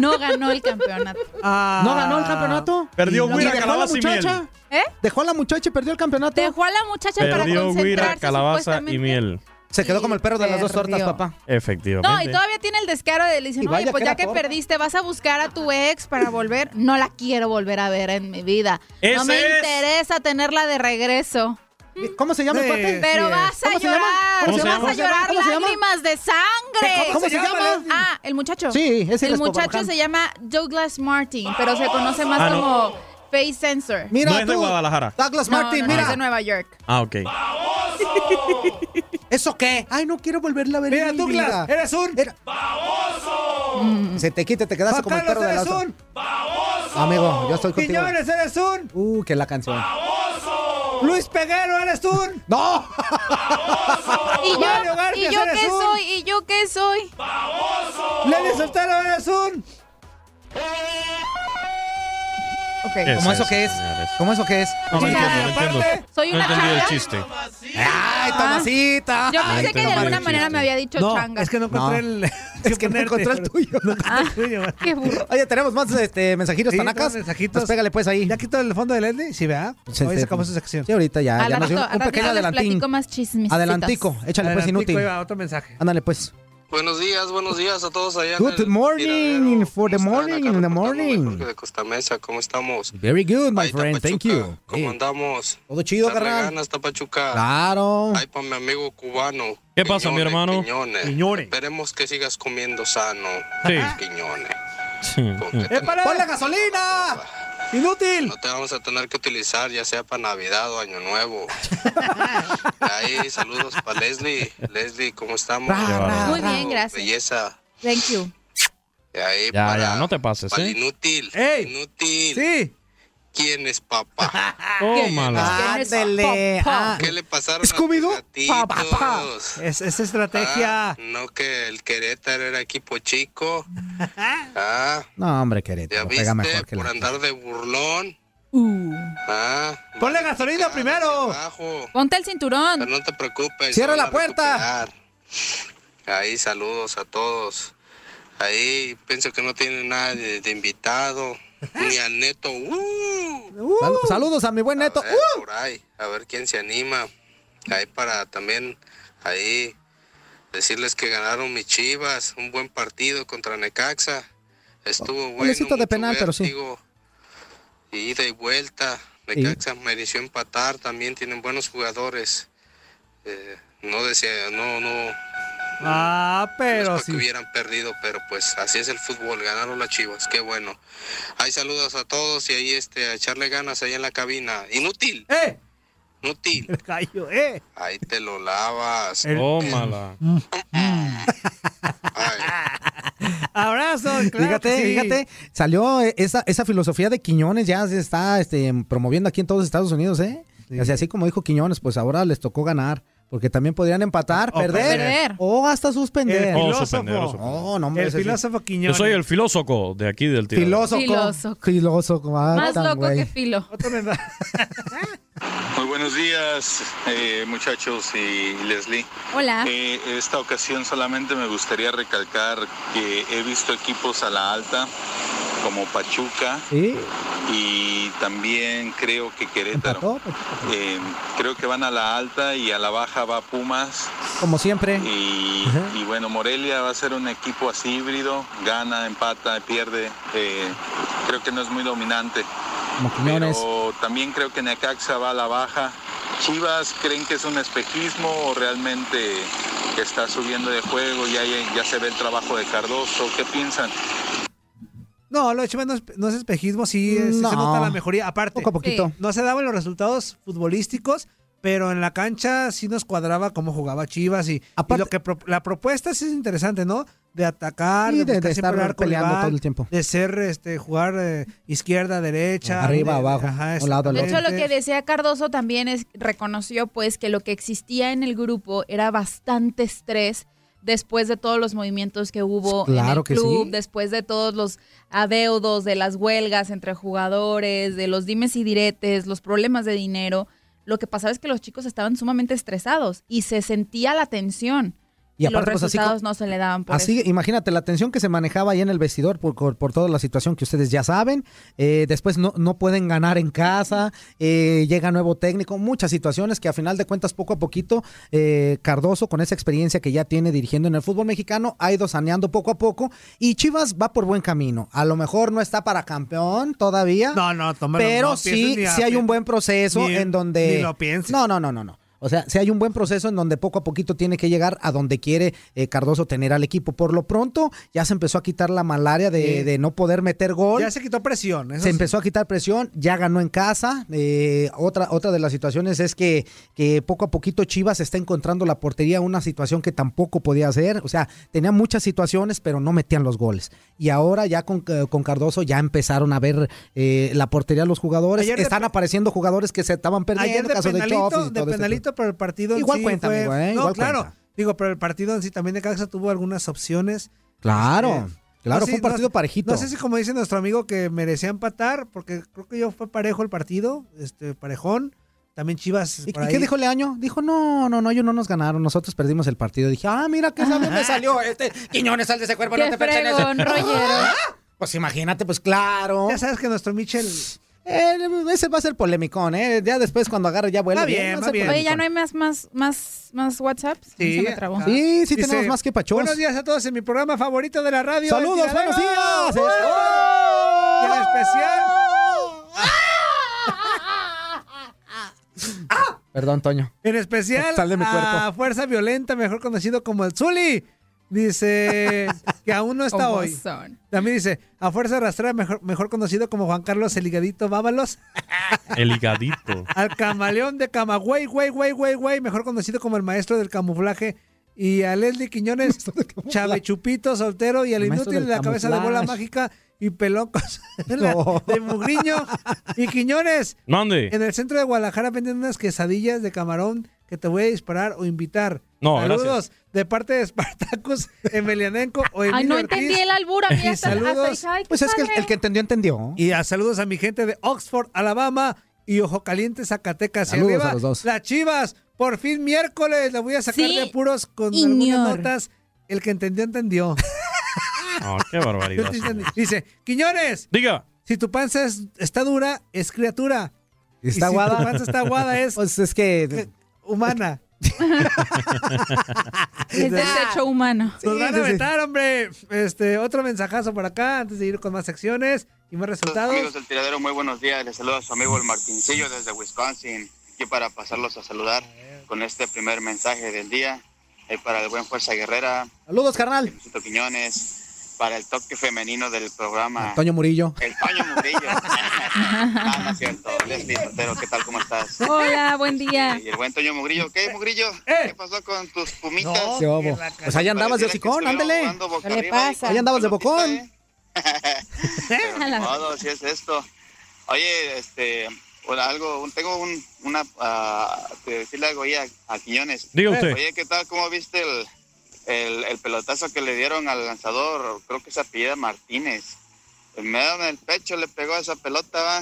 A: No ganó el campeonato.
D: ¿No ganó el campeonato?
B: Perdió
D: Ah. ¿Y dejó
B: Huira,
D: a la
B: calabaza y miel.
D: muchacha?
A: ¿Eh?
D: ¿Dejó a la muchacha y perdió el campeonato?
A: Dejó a la muchacha para
B: Perdió Guira,
A: concentrarse.
B: calabaza y miel.
D: Se quedó como el perro de las dos tortas,
A: perdió.
D: papá.
B: Efectivamente.
A: No, y todavía tiene el descaro de le dicen,
D: Y
A: oye,
D: vaya
A: pues
D: que
A: ya
D: era
A: que
D: torta".
A: perdiste, vas a buscar a tu ex para volver. No la quiero volver a ver en mi vida.
D: Ese
A: no me
D: es.
A: interesa tenerla de regreso.
D: ¿Cómo se llama el cuate?
A: Pero
D: Sí,
A: vas a
D: ¿cómo se llama?
A: llorar,
D: ¿Cómo se
A: vas
D: llama?
A: a llorar
D: ¿Cómo se llama?
A: lágrimas de sangre.
D: ¿Cómo- cómo se llama?
A: Ah, el muchacho.
D: Sí, ese
A: El
D: es
A: muchacho
D: Escobar.
A: se llama Douglas Martin, pero se conoce más
B: Ah, no.
A: como Face Sensor.
B: no es de Guadalajara.
D: Douglas
A: No,
D: Martin,
A: no, no,
D: mira.
A: es de Nueva York.
B: Ah, ok.
D: ¿Eso qué? Ay, no quiero volverla a ver.
C: Mira,
D: en mi
C: Douglas,
D: vida.
C: eres un
D: Mm, Se te quita, te quedas
C: Juan
D: como el perro
C: Carlos,
D: de la
C: eres
D: otra.
C: un
D: Amigo, yo estoy contigo.
C: Quiñones, eh. eres un
D: Uh, que la canción.
C: Luis Peguero, eres un
D: ¡No!
A: ¿Y
C: Mario
A: yo,
C: Garfias,
A: ¿y yo
C: eres
A: qué
C: un-
A: soy? ¿Y yo qué soy?
C: Lenny Soltero, eres un
A: Ok.
D: ¿Cómo eso qué es? ¿Cómo eso qué es?
B: No, no entiendo, no entiendo.
A: Soy
B: no
A: una
B: entendí el
A: changa.
B: chiste.
D: ¡Ay, Tomasita!
A: Yo
D: Ay,
A: pensé que de
D: Tomasita.
A: alguna manera me había dicho
D: No,
A: changa.
D: es que no encontré
C: el-
D: Es que no encontré el tuyo.
A: Ah, Qué burro.
D: Oye, tenemos más este, mensajitos
C: Sí,
D: tanacas.
C: todos mensajitos.
D: Pues pégale pues ahí.
C: ¿Ya quitó el fondo del Lenny? Sí, ¿verdad?
D: Sí,
C: Hoy
D: sí.
C: se acabó su sección.
D: Sí, ahorita ya.
A: Al
D: Ah, ya
A: rato,
D: nos dio
A: al
D: un
A: ratito
D: pequeño
A: les
D: adelantín.
A: platico más chismes.
D: Adelantico, échale pues
C: Adelantico,
D: inútil.
C: ahí va, otro mensaje.
D: Ándale pues.
M: Buenos días, buenos días a todos allá. en
D: Good
M: el
D: morning, for the morning, in the
M: Parque
D: morning.
M: de Costa Mesa, ¿cómo estamos?
D: Very good, my friend, thank you.
M: ¿Cómo andamos?
D: Todo chido,
M: Echarle
D: carnal.
M: ganas, Tapachuca.
D: Claro.
M: Ay, para mi amigo cubano.
B: ¿Qué pasa, mi hermano?
M: Quiñones.
B: Quiñones.
M: Esperemos que sigas comiendo sano.
B: Sí.
M: Quiñones.
C: ¡Épale!
D: ¡Ponle gasolina! ¡Inútil!
M: No te vamos a tener que utilizar, ya sea para Navidad o Año Nuevo. Ahí, saludos para Leslie. Leslie, ¿cómo estamos?
B: Ra, ra, Muy ra.
A: bien, gracias.
M: Belleza.
A: Thank you.
M: De ahí
B: Ya,
M: para-
B: ya, no te pases,
M: para el
B: ¿eh?
M: inútil. Inútil.
C: Sí.
M: ¿Quién es papá?
B: Tómala.
M: ¿Quién es
D: Ándele.
M: papá?
D: ah.
M: ¿Qué le pasaron
D: Scooby-Doo.
M: a tus gatitos?
C: Es, es estrategia.
M: Ah, no que el Querétaro era equipo chico. Ah,
D: No, hombre,
M: ya
D: Querétaro,
M: viste,
D: pega mejor que
M: por
D: la...
M: andar de burlón. Ah,
C: Ponle gasolina primero.
A: Ponte el cinturón.
M: pero no te preocupes.
C: Cierra
M: se van
C: la
M: a
C: puerta.
M: recuperar. Ahí, saludos a todos. Ahí, pienso que no tiene nada de, de invitado. Ni al neto. ¡uh!
D: Sal- Saludos a mi buen neto. Uh,
M: A ver, por ahí, a ver quién se anima. Ahí para también, ahí, decirles que ganaron mis chivas, un buen partido contra Necaxa. Estuvo bueno,
D: Golecito de penal, pero sí.
M: y ida y vuelta.
D: Sí.
M: Necaxa mereció empatar, también tienen buenos jugadores. Eh, no desea, no, no,
C: Ah, pero
M: que
C: sí.
M: hubieran perdido, pero pues así es el fútbol, ganaron las chivas, qué bueno. Hay saludos a todos y ahí este, a echarle ganas ahí en la cabina. Inútil.
C: ¡Eh!
M: Inútil.
C: El gallo, eh.
M: Ahí te lo lavas.
B: Tómala.
D: Mm,
C: Abrazo, claro
D: fíjate,
C: que sí.
D: fíjate, salió eh, esa, esa filosofía de Quiñones, ya se está este, promoviendo aquí en todos Estados Unidos, ¿eh? Así, así como dijo Quiñones, pues ahora les tocó ganar. Porque también podrían empatar, perder, o hasta suspender.
B: El O filósofo. suspender, o suspender.
D: No, no, hombre,
B: El
D: ese sí.
B: filósofo Yo soy el filósofo de aquí del tiradero.
D: Filósofo.
A: Filósofo.
D: Filósofo, ah,
A: Más
D: tan
A: loco
D: güey.
A: que filo.
N: Muy buenos días, eh, muchachos y Leslie.
A: Hola.
N: Eh, esta ocasión solamente me gustaría recalcar que he visto equipos a la alta como Pachuca
D: Sí.
N: y también creo que Querétaro.
D: Empató, pues,
N: Eh, creo que van a la alta y a la baja va Pumas.
D: Como siempre.
N: Y, y bueno, Morelia va a ser un equipo así híbrido, gana, empata, pierde. eh, creo que no es muy dominante.
D: Como Quiñones.
N: Pero también creo que Necaxa va a la baja. Chivas, ¿creen que es un espejismo o realmente que está subiendo de juego? Ya, ya se ve el trabajo de Cardoso. ¿Qué piensan?
C: No, lo de Chivas no es, no es espejismo, sí, es- sí
D: No.
C: se nota la mejoría. Aparte,
D: Poco a poquito. Sí.
C: no se daban los resultados futbolísticos, pero en la cancha sí nos cuadraba cómo jugaba Chivas y, y lo que pro- la propuesta sí es interesante, ¿no? De atacar,
D: Sí,
C: de,
D: de-
C: buscar
D: de
C: siempre
D: estar
C: el arco
D: peleando
C: rival,
D: todo el tiempo. Eh,
C: De ser, este, jugar eh, izquierda, derecha.
D: Arriba,
C: de-
D: abajo,
C: ajá,
D: un lado, al
C: exactamente.
D: otro.
A: De hecho, lo que decía Cardoso también es, reconoció pues que lo que existía en el grupo era bastante estrés después de todos los movimientos que hubo en
G: Claro
A: el
G: que
A: club,
G: sí.
A: después de todos los adeudos, de las huelgas entre jugadores, de los dimes y diretes, los problemas de dinero. Lo que pasaba es que los chicos estaban sumamente estresados y se sentía la tensión.
D: Y
A: Y,
D: aparte,
A: los
D: pues, así
A: resultados
D: co-
A: no se le daban por
D: Así,
A: eso.
D: imagínate la tensión que se manejaba ahí en el vestidor por, por, por toda la situación que ustedes ya saben. Eh, después no, no pueden ganar en casa, eh, llega nuevo técnico, muchas situaciones que a final de cuentas poco a poquito eh, Cardoso con esa experiencia que ya tiene dirigiendo en el fútbol mexicano ha ido saneando poco a poco y Chivas va por buen camino. A lo mejor no está para campeón todavía,
C: No, no, tómalo,
D: pero
C: no
D: sí,
C: pienses ni a-
D: sí hay un buen proceso
C: ni-
D: en donde...
C: ni lo pienses.
D: No, no, no, no, no. O sea, si hay un buen proceso en donde poco a poquito tiene que llegar a donde quiere eh, Cardoso tener al equipo. Por lo pronto, ya se empezó a quitar la malaria de,
C: Sí.
D: de no poder meter gol.
C: Ya se quitó presión. eso
D: Se
C: sí.
D: empezó a quitar presión, ya ganó en casa. Eh, otra, otra de las situaciones es que, que poco a poquito Chivas está encontrando la portería, una situación que tampoco podía hacer. O sea, tenía muchas situaciones, pero no metían los goles. Y ahora ya con, eh, con Cardoso ya empezaron a ver eh, la portería de los jugadores.
C: Ayer de
D: Están
C: pe-
D: apareciendo jugadores que se estaban perdiendo.
C: Ayer de
D: caso
C: penalito,
D: Chofis y
C: de
D: todo este
C: penalito, pero el partido en
D: Igual
C: sí
D: cuenta,
C: fue-
D: amigo, ¿eh?
C: No,
D: Igual
C: claro.
D: cuenta.
C: Digo, pero el partido en sí también de Caxa tuvo algunas opciones.
D: Claro,
C: Este,
D: claro,
C: no sé-
D: fue un partido
C: no-
D: parejito.
C: No sé si como dice nuestro amigo que merecía empatar, porque creo que yo fue parejo el partido, este parejón. También Chivas.
D: ¿Y,
C: por
D: y
C: ahí.
D: qué dijo Leaño? Dijo, no, no, no, ellos no nos ganaron, nosotros perdimos el partido. Dije, ah, mira qué sabio me salió este Quiñones, sal de ese cuerpo, Pues no
C: Qué
D: te pertenece.
C: fregón, Roger.
D: Ah, Pues imagínate, pues claro. Ya
C: sabes que nuestro Michel...
D: ese va a ser polemicón, ¿eh? Ya después cuando agarre ya vuelve. va a ser
A: Oye, ya
D: polemicón.
A: no hay más, más, más, más WhatsApps. Se me trabó.
C: ajá.
D: Sí, sí
C: Dice,
D: tenemos más que pachos.
C: Buenos días a todos en mi programa favorito de la radio.
D: Saludos,
C: El
D: buenos
C: Tiradero".
D: días. ¡Oh!
C: ¡Uh! Y en especial.
D: Perdón, Toño.
C: En especial
D: Sal de mi
C: a
D: cuerpo.
C: Fuerza Violenta, mejor conocido como el Zuli. Dice que aún no está
A: Como
C: hoy.
A: son.
C: También dice, a Fuerza Arrastrada, mejor, mejor conocido como Juan Carlos El Higadito Bábalos.
B: El higadito.
C: Al Camaleón de Camagüey, güey, güey, güey, güey, mejor conocido como el Maestro del Camuflaje. Y a Leslie Quiñones, Chavechupito, soltero. Y al
D: El Maestro
C: Inútil de
D: del
C: la cabeza de bola
D: camuflaje.
C: mágica. Y pelocos de mugriño. Y Quiñones,
B: Mande.
C: en el centro de Guadalajara venden unas quesadillas de camarón que te voy a disparar o invitar.
B: No,
C: Saludos
B: gracias.
C: de parte de Spartacus, Emelianenko o
A: Ay, no
C: Emilio
A: entendí
C: Ortiz.
A: el albur, a mí
C: Y
A: hasta- hasta dije, ay, qué
D: Pues es que el,
A: padre.
D: el que entendió, entendió.
C: Y a saludos a mi gente de Oxford, Alabama y Ojo Caliente, Zacatecas. Y
D: Saludos
C: arriba,
D: a los dos.
C: Las chivas, por fin miércoles, la voy a sacar
A: Sí,
C: de apuros con algunas
A: señor.
C: notas. El que entendió, entendió.
B: No, qué barbaridad.
C: Dice, Quiñones.
B: Diga.
C: Si tu panza es- está dura, es criatura. Y
D: Está
C: si
D: aguada.
C: tu panza está aguada, es eh,
D: Pues es que.
C: humana.
A: Es desecho humano.
C: Nos van a vetar, hombre. Este, otro mensajazo por acá antes de ir con más secciones y más
O: Amigos
C: resultados.
O: del tiradero, muy buenos días. Les saluda su amigo el Martincillo desde Wisconsin, aquí para pasarlos a saludar con este primer mensaje del día. eh, para el buen Fuerza Guerrera,
D: Saludos, carnal.
O: Luisito Quiñones, para el toque femenino del programa.
D: Toño Murillo.
O: Ah. El Toño Murillo. ah, no es cierto. Leslie Tortero, ¿qué tal? ¿Cómo estás?
A: Hola, buen día.
O: Y el buen Toño Mugrillo. ¿Qué, Mugrillo?
C: Eh.
O: ¿Qué pasó con tus pumitas?
D: ¿Qué hubo? Pues ahí andabas de hocicón, ándele.
O: ¿Qué le pasa?
D: Ahí andabas de bocón.
O: Pero ni modo, así es esto. Oye, este, Bueno, algo, un- tengo un, una, ah, que decirle algo ahí a, a Quiñones.
B: Diga usted.
O: Oye, ¿qué tal? ¿Cómo viste el, el, el pelotazo que le dieron al lanzador? Creo que se apellida Martínez. Pues En medio del pecho le pegó esa pelota, va.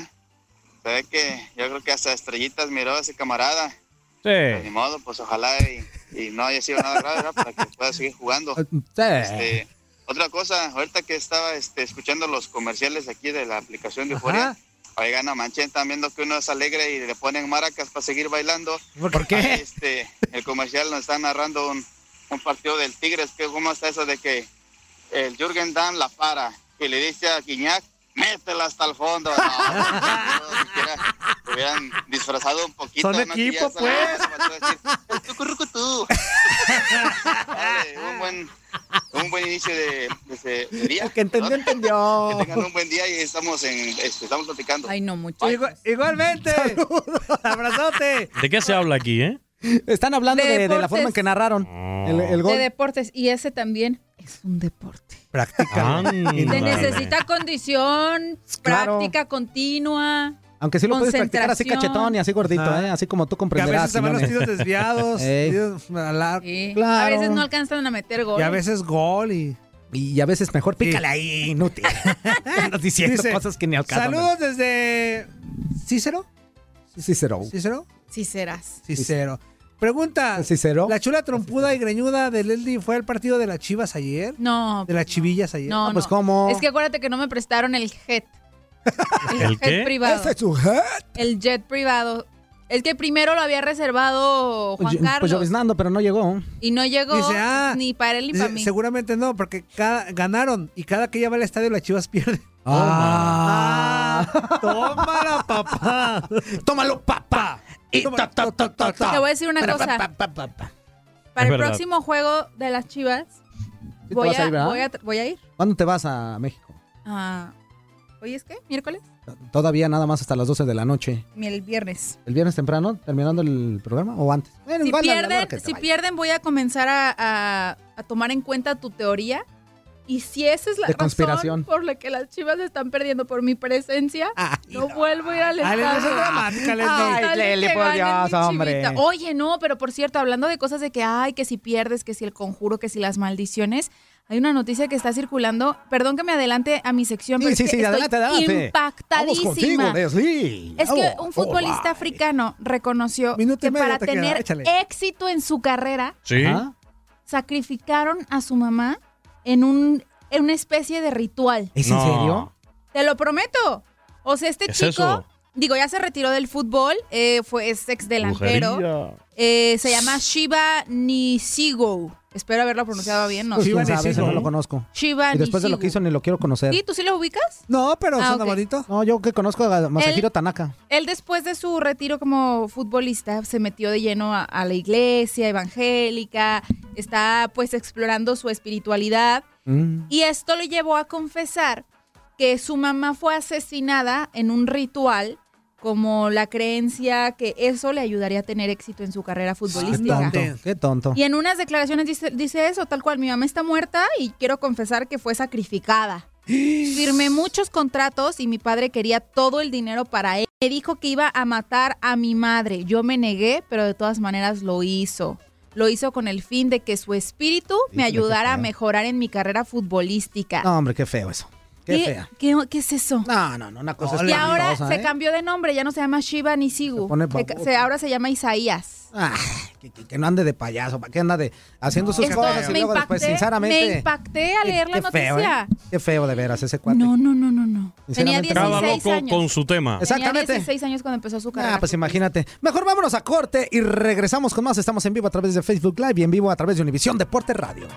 O: Se ve que yo creo que hasta estrellitas miró a ese camarada. Pues, ni
B: Sí.
O: modo, pues ojalá y, y no haya sido nada grave, ¿verdad? Para que pueda seguir jugando. Este, otra cosa, ahorita que estaba este, escuchando los comerciales aquí de la aplicación de Euforia, oigan, no manchen, están viendo que uno es alegre y le ponen maracas para seguir bailando.
D: ¿Por
O: qué? este, el comercial nos está narrando un, un partido del Tigres, que cómo está eso de que el Jürgen Dan la para y le dice a Guiñac, métela hasta el fondo. No, ni siquiera hubieran disfrazado un poquito.
G: Son
O: ¿no? Que ya
G: equipo,
O: saben,
G: pues.
O: tú. Vale, un buen, un buen inicio de, de ese día.
G: El que entendió, entendió.
O: Que tengan un buen día y estamos en, este, estamos platicando.
P: Ay, no, mucho.
C: igualmente. Abrazote.
B: ¿De qué se habla aquí, eh?
D: Están hablando
A: De
D: de, de la
A: deportes.
D: forma en que narraron
O: Oh.
D: el, el
A: De
D: gol.
A: deportes. Y ese también es un deporte. Te
O: Ah,
D: Ándale.
A: necesita condición,
D: Claro.
A: práctica continua.
D: Aunque sí lo puedes practicar así
A: concentración.
D: cachetón y así gordito,
C: Ajá.
D: ¿eh? así como tú
C: Que a
D: comprenderás.
C: veces se van los
D: Quiñones.
C: tiros desviados.
D: Ey.
C: tiros a la-
A: Sí.
D: Claro.
A: A veces no alcanzan a meter gol.
C: Y a veces gol y...
D: Y a veces mejor pícale ahí, inútil. Andas diciendo
C: Dice,
D: cosas que ni al caso.
C: Saludos desde Cícero.
D: Cicero.
C: Cícero.
A: Sí serás.
C: Cícero. Pregunta.
D: Cicero.
C: La chula trompuda y greñuda de Leslie fue al partido de las Chivas ayer.
A: No.
C: De las Chivillas ayer.
D: Ah,
A: No,
D: pues,
A: no. Es que acuérdate que no me prestaron el jet. El, jet privado.
D: ¿Ese es su hat?
A: El jet privado. Es que primero lo había reservado Juan
D: Pues,
A: Carlos.
D: pues lloviznando, pero no llegó.
A: y no llegó
C: Dice, ah,
A: ni para él ni
C: Dice,
A: para mí.
C: Seguramente no, porque cada, ganaron y cada que ella va al estadio las Chivas pierden. Ah, tómala, papá.
D: Tómalo, papá. Y ta, ta, ta, ta, ta.
A: Te voy a decir una
D: Pero,
A: cosa.
D: pa, pa, pa, pa.
A: Para
D: Es
A: el
D: verdad.
A: próximo juego de las Chivas
D: te
A: voy
D: vas a
A: a,
D: ir, ¿verdad?
A: voy, a, tra- voy a ir.
D: ¿Cuándo te vas a México?
A: Ah, ¿Hoy es qué? ¿Miércoles?
D: Todavía nada más hasta las 12 de la noche.
A: El viernes.
D: ¿El viernes temprano, terminando el programa o antes? Bueno,
A: si
D: igual a la hora
A: pierden,
D: que te
A: si
D: vayas.
A: pierden, voy a comenzar a, a- a tomar en cuenta tu teoría. Y si esa es la
D: De
A: razón
D: conspiración.
A: por la que las chivas están perdiendo por mi presencia, no, vuelvo a ir al
D: Ay, Leli,
A: estadio.
D: no seas dramática, Leli.
A: Ay,
D: Ay,
A: Leli,
D: Leli,
A: que
D: por
A: ganen
D: Dios,
A: mi chivita.
D: hombre.
A: Oye, no, pero por cierto, hablando de cosas de que, ay, que si pierdes, que si el conjuro, que si las maldiciones, hay una noticia que está circulando. Perdón que me adelante a mi sección, pero
D: Sí,
A: es
D: sí, sí,
A: que estoy
D: adelante, adelante.
A: impactadísima.
D: Vamos contigo, Leslie.
A: Es que
D: Vamos,
A: un futbolista
D: hola.
A: africano reconoció
D: Minuto y
A: que
D: medio
A: para
D: te queda,
A: tener
D: échale.
A: éxito en su carrera,
B: Sí.
D: Ajá.
A: sacrificaron a su mamá en, un, en una especie de ritual.
D: ¿Es en serio?
A: Te lo prometo. O sea, este
D: ¿Qué es
A: chico,
D: eso?
A: digo, ya se retiró del fútbol, eh, fue es ex delantero. Eh, se llama Shiva Nisigo. Espero haberlo pronunciado bien. No sé.
D: Quién sabe, Pues ese no lo conozco.
A: Shiva
D: Y después de lo
A: Nisigo.
D: que hizo ni lo quiero conocer.
A: ¿Sí? ¿Tú sí lo ubicas?
C: No, pero
A: Ah,
C: suena
A: ok.
C: bonito.
D: No, yo que conozco a Masahiro Tanaka.
A: Él después de su retiro como futbolista se metió de lleno a, a la iglesia evangélica, está pues explorando su espiritualidad y esto lo llevó a confesar que su mamá fue asesinada en un ritual como la creencia que eso le ayudaría a tener éxito en su carrera
D: Qué
A: futbolística.
D: tonto, qué tonto.
A: Y en unas declaraciones dice, dice eso, tal cual, mi mamá está muerta y quiero confesar que fue sacrificada. Firmé muchos contratos y mi padre quería todo el dinero para él. Me dijo que iba a matar a mi madre. Yo me negué, pero de todas maneras lo hizo. Lo hizo con el fin de que su espíritu me
D: Híjole, qué
A: ayudara a
D: feo.
A: mejorar en mi carrera futbolística.
D: No, hombre, qué feo eso. Qué,
A: ¿Qué,
D: fea.
A: qué, qué es eso?
D: No, no, no, una cosa
A: y ahora
D: espantosa,
A: se
D: ¿eh?
A: cambió de nombre, ya no se llama Shiva ni
D: Se
A: Sigu.
D: pone
A: Se ca-
D: baboso.
A: se- ahora se llama Isaías.
D: Ah, que, que- que no ande de payaso, ¿para qué anda de haciendo sus
A: Esto-
D: cosas? Y
A: me
D: luego
A: impacté,
D: después, sinceramente.
A: Me impacté al leer la
D: qué
A: noticia.
D: feo, ¿eh? Qué feo de veras ese cuate.
A: No, no, no, no, no. Tenía
D: Sinceramente,
A: 16
B: Cada loco
A: años.
B: con su tema.
A: Tenía 16 años cuando empezó su carrera.
D: Ah, pues imagínate. Mejor vámonos a corte y regresamos con más. Estamos en vivo a través de Facebook Live y en vivo a través de Univisión Deporte Radio.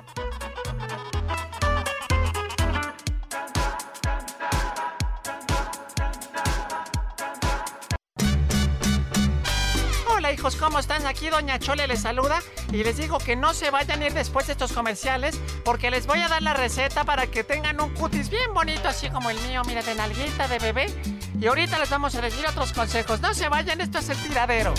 Q: Hola hijos, ¿cómo están? Aquí Doña Chole les saluda y les digo que no se vayan a ir después de estos comerciales porque les voy a dar la receta para que tengan un cutis bien bonito así como el mío, mira, de nalguita de bebé. Y ahorita les vamos a decir otros consejos. No se vayan, esto es el tiradero.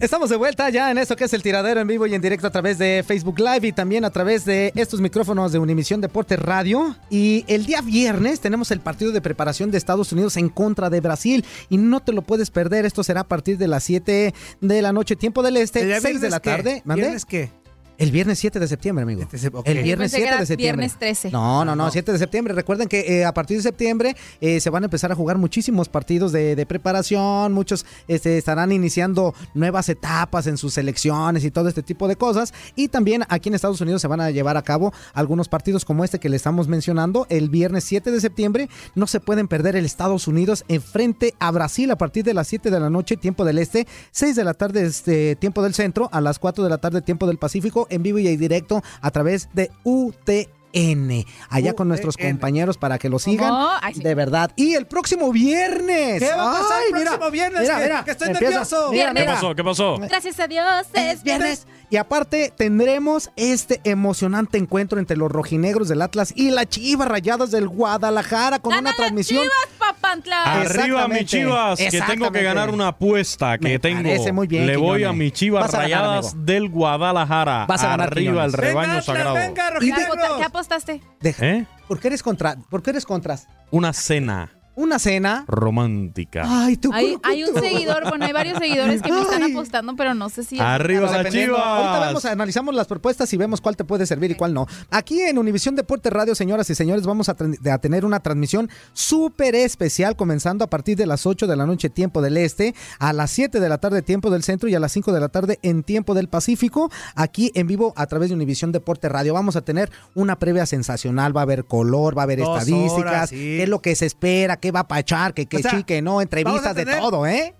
D: Estamos de vuelta ya en esto que es el tiradero en vivo y en directo a través de Facebook Live y también a través de estos micrófonos de Univisión Deporte Radio. Y el día viernes tenemos el partido de preparación de Estados Unidos en contra de Brasil y no te lo puedes perder. Esto será a partir de las 7 de la noche, tiempo del
C: ¿El
D: este,
C: día
D: 6 de
C: viernes
D: la
C: qué?
D: tarde.
C: ¿Viernes
D: qué? El viernes 7 de septiembre, amigo.
C: Este
D: El viernes
G: Yo pensé
D: 7
G: que era
D: de septiembre.
G: viernes 13.
D: No, no, no, 7 de septiembre. Recuerden que eh, a partir de septiembre eh, se van a empezar a jugar muchísimos partidos de, de preparación, muchos este, estarán iniciando nuevas etapas en sus selecciones y todo este tipo de cosas. Y también aquí en Estados Unidos se van a llevar a cabo algunos partidos como este que le estamos mencionando. El viernes 7 de septiembre no se pueden perder el Estados Unidos en frente a Brasil a partir de las 7 de la noche, tiempo del este, 6 de la tarde, este, tiempo del centro, a las 4 de la tarde, tiempo del Pacífico, en vivo y en directo a través de UTN. Allá con nuestros
C: UTN.
D: compañeros para que lo sigan.
C: Ay, sí.
D: De verdad. Y el próximo viernes.
C: ¿Qué va a pasar
D: Ay,
C: el próximo viernes?
D: mira,
C: Que-
D: mira,
C: que estoy
D: empieza.
C: nervioso.
D: Mira,
B: ¿Qué
D: mira.
B: pasó? ¿Qué pasó?
G: Gracias a Dios, es viernes.
D: Y aparte tendremos este emocionante encuentro entre los rojinegros del Atlas y las Chivas Rayadas del Guadalajara con una transmisión.
G: Papantla.
B: Arriba
D: Exactamente.
B: mi Chivas, que tengo que
D: Exactamente.
B: ganar una apuesta que tengo.
D: parece muy bien,
B: Le voy a
D: Quiñones.
B: mi Chivas
D: Vas a ganar,
B: Rayadas
D: amigo.
B: del Guadalajara.
D: Vas a ganar,
B: Arriba el
D: Quiñones.
B: rebaño
D: Venga, Atlas,
B: sagrado.
D: venga.
G: ¿Qué,
D: Y
G: apota-
D: negros.
G: qué apostaste?
D: Deja.
B: ¿Eh?
D: ¿Por qué eres contra? ¿Por qué eres contras?
B: Una cena
D: Una cena.
B: romántica.
D: Ay, tú.
G: Hay, hay un seguidor, bueno, hay varios seguidores que me están apostando, pero no sé si.
B: Arriba las
D: Dependiendo.
B: Chivas.
D: Ahorita vemos, analizamos las propuestas y vemos cuál te puede servir y cuál no. Aquí en Univisión Deporte Radio, señoras y señores, vamos a, tren- a tener una transmisión súper especial comenzando a partir de las 8 de la noche tiempo del este, a las 7 de la tarde tiempo del centro y a las 5 de la tarde en tiempo del Pacífico, aquí en vivo a través de Univisión Deporte Radio. Vamos a tener una previa sensacional, va a haber color, va a haber
C: Dos
D: estadísticas,
C: horas, sí.
D: qué es lo que se espera, qué va a pachar, que, que
C: O sea,
D: sí, que no,
C: vamos a
D: entrevistas de
C: tener
D: todo, ¿eh?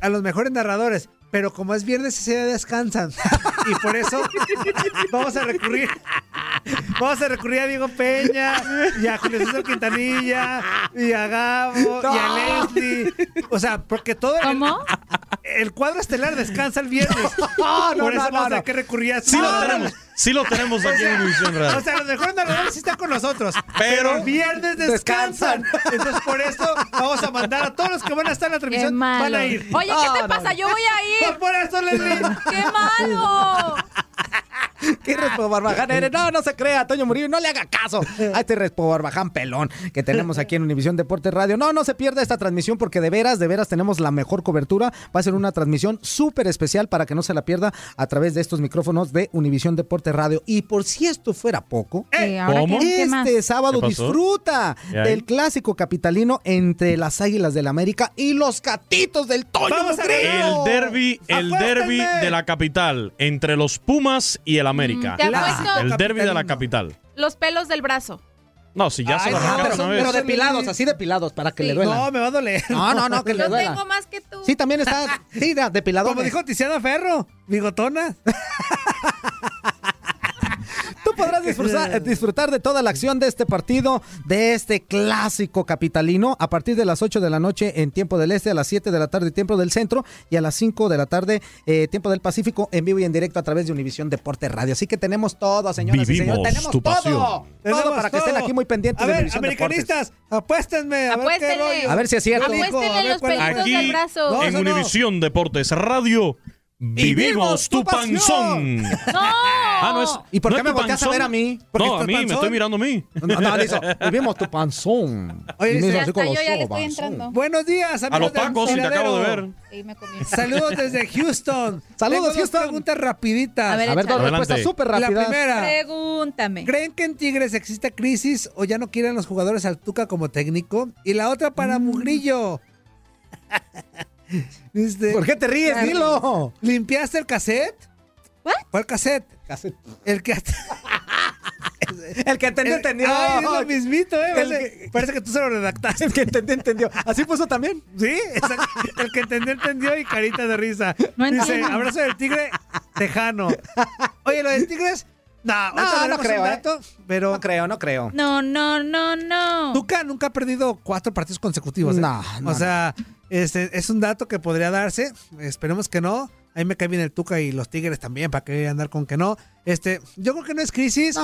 C: A los mejores narradores. Pero como es viernes, ese día descansan. Y por eso vamos a recurrir. Vamos a recurrir a Diego Peña, y a Julio César Quintanilla, y a Gabo, y a Leslie. O sea, porque todo. ¿Cómo? El, cuadro estelar descansa el viernes.
D: No, no,
C: por
D: no,
C: eso no,
D: no,
C: sé
D: no.
C: qué recurrir a
B: Sí lo tenemos, sí lo tenemos aquí en Univisión Radio.
C: O sea, los mejores narradores sí están con nosotros.
B: Pero-
C: Pero, el viernes descansan. Entonces, por eso vamos a mandar a todos los que van a estar en la transmisión. Van a ir.
G: Oye, ¿qué te
C: No,
G: pasa?
C: no.
G: Yo voy a
C: Por-
G: ir.
C: Por eso, Leslie.
G: ¡Qué malo!
D: ¿Qué Respo Barbaján eres? No, no se crea, Toño Murillo, no le haga caso a este Respo Barbaján pelón que tenemos aquí en Univisión Deporte Radio. No, no se pierda esta transmisión porque de veras, de veras tenemos la mejor cobertura. Va a ser una transmisión súper especial para que no se la pierda a través de estos micrófonos de Univisión Deporte Radio. Y por si esto fuera poco,
G: Eh, ¿ahora ¿Cómo? qué? ¿Qué más?
D: este sábado
G: ¿Qué pasó?
D: disfruta
G: ¿Y ahí?
D: del clásico capitalino entre las Águilas del América y los Catitos del Toño Murillo.
B: El derby, el derby de la capital entre los Pumas y el América.
G: Mm, te apuesto.
B: Ah, el derby de la capital.
G: Los pelos del brazo.
B: No, si ya se
D: Ay,
B: lo
D: no,
B: arrancaron
D: Ah, pero-
B: una vez.
D: pero depilados, así depilados, para que le duela.
C: No, me va a doler.
D: No, no, no, que le
G: Yo
D: duela.
G: tengo más que tú.
D: Sí, también está. Sí, da- depilador.
C: Como dijo Tiziana Ferro, bigotona.
D: Tú podrás disfrutar, disfrutar de toda la acción de este partido, de este clásico capitalino, a partir de las 8 de la noche en tiempo del este, a las 7 de la tarde tiempo del centro y a las 5 de la tarde eh, tiempo del Pacífico, en vivo y en directo a través de Univisión Deporte Radio. Así que tenemos todo, señoras y
B: Vivimos
D: señores. Tenemos
B: tu
D: todo.
B: pasión.
D: Todo
C: Tenemos
D: para que estén
C: todo.
D: aquí muy pendientes
C: A
D: de
C: ver,
D: Univisión
C: americanistas, apuéstenme. A ver, qué
G: Apuéstenle.
C: rollo.
D: A ver si es cierto.
C: Yo digo,
G: Apuéstenle
C: a ver
G: los
C: cuál-
G: pelitos
B: Aquí,
G: del brazo. No,
B: en
G: eso no.
B: Univisión Deportes Radio, vivimos tu panzón.
G: ¡No!
B: Ah, no es.
D: ¿Y por
B: no
D: qué
B: es
D: me
B: tu
D: volteas a
B: panzón?
D: ver a mí? Porque
B: No, a
D: estoy
B: mí, me
D: panzón.
B: estoy mirando a mí.
D: No, no, le hizo, vivimos tu panzón. Y
C: Oye,
D: me hizo
C: dice,
D: así con los ojos, panzón.
C: Buenos días,
B: A
C: amigos.
B: los
C: de
B: tacos, si te acabo de
C: Tiradero.
B: ver.
G: Sí, me comí.
C: Saludos desde Houston.
D: Saludos,
C: Tengo
D: Houston.
C: Dos preguntas rapiditas.
D: A ver, A ver, échale. dos respuestas súper
C: La
D: rápidas.
C: primera.
G: Pregúntame.
C: ¿Creen que en Tigres existe crisis o ya no quieren los jugadores al Tuca como técnico? Y la otra
D: Mm.
C: para Mugrillo. Este,
D: ¿Por qué te ríes? Dilo.
C: ¿Limpiaste el cassette? ¿Cuál cassette? El que...
D: El que entendió, entendió.
C: Ay, es lo mismito, ¿eh?
D: El
C: Parece, parece que tú se lo redactaste.
D: El que entendió, entendió. ¿Así puso también?
C: Sí, exacto. el que entendió, entendió y carita de risa.
D: No
C: Dice,
D: entiendo.
C: abrazo del tigre tejano. Oye, ¿lo del tigres? No, ahorita
D: No, no
C: daremos un
D: creo, ¿eh?
C: dato, pero...
D: No creo, no creo.
G: No, no, no, no.
C: Tuca nunca ha perdido cuatro partidos consecutivos. ¿eh?
D: No, no,
C: O sea, este, es un dato que podría darse. Esperemos que no. Ahí me cae bien el Tuca y los Tigres también, para que andar con que no. Este, yo creo que no es crisis.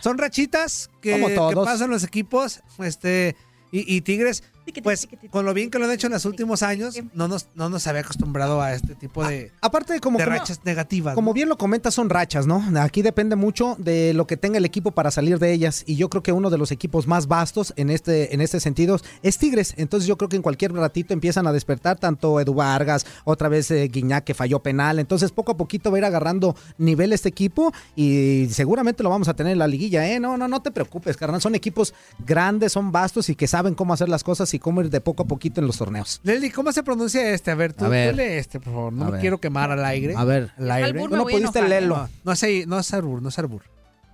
C: Son rachitas que,
D: Como
C: que
D: todos.
C: pasan los equipos. Este, y, y Tigres. Pues con lo bien que lo han hecho en los últimos años, no nos, no nos había acostumbrado a este tipo de,
D: Aparte, como,
C: de
D: como-
C: rachas negativas.
D: Como bien lo comenta, son rachas, ¿no? Aquí depende mucho de lo que tenga el equipo para salir de ellas. Y yo creo que uno de los equipos más vastos en este, en este sentido es Tigres. Entonces yo creo que en cualquier ratito empiezan a despertar tanto Edu Vargas, otra vez eh, Guiñac que falló penal. Entonces poco a poquito va a ir agarrando nivel este equipo y seguramente lo vamos a tener en la liguilla, ¿eh? No, no, no te preocupes, carnal. Son equipos grandes, son vastos y que saben cómo hacer las cosas y cómo ir de poco a poquito en los torneos.
C: Leli, ¿cómo se pronuncia este? A ver, tú,
D: A ver.
C: tú lee este, por favor. No
D: A
C: me
D: ver.
C: quiero quemar al aire.
D: A ver.
C: Al aire.
A: albur me No voy a pudiste enojar, leerlo.
C: No, no es, no es arbur, no es arbur.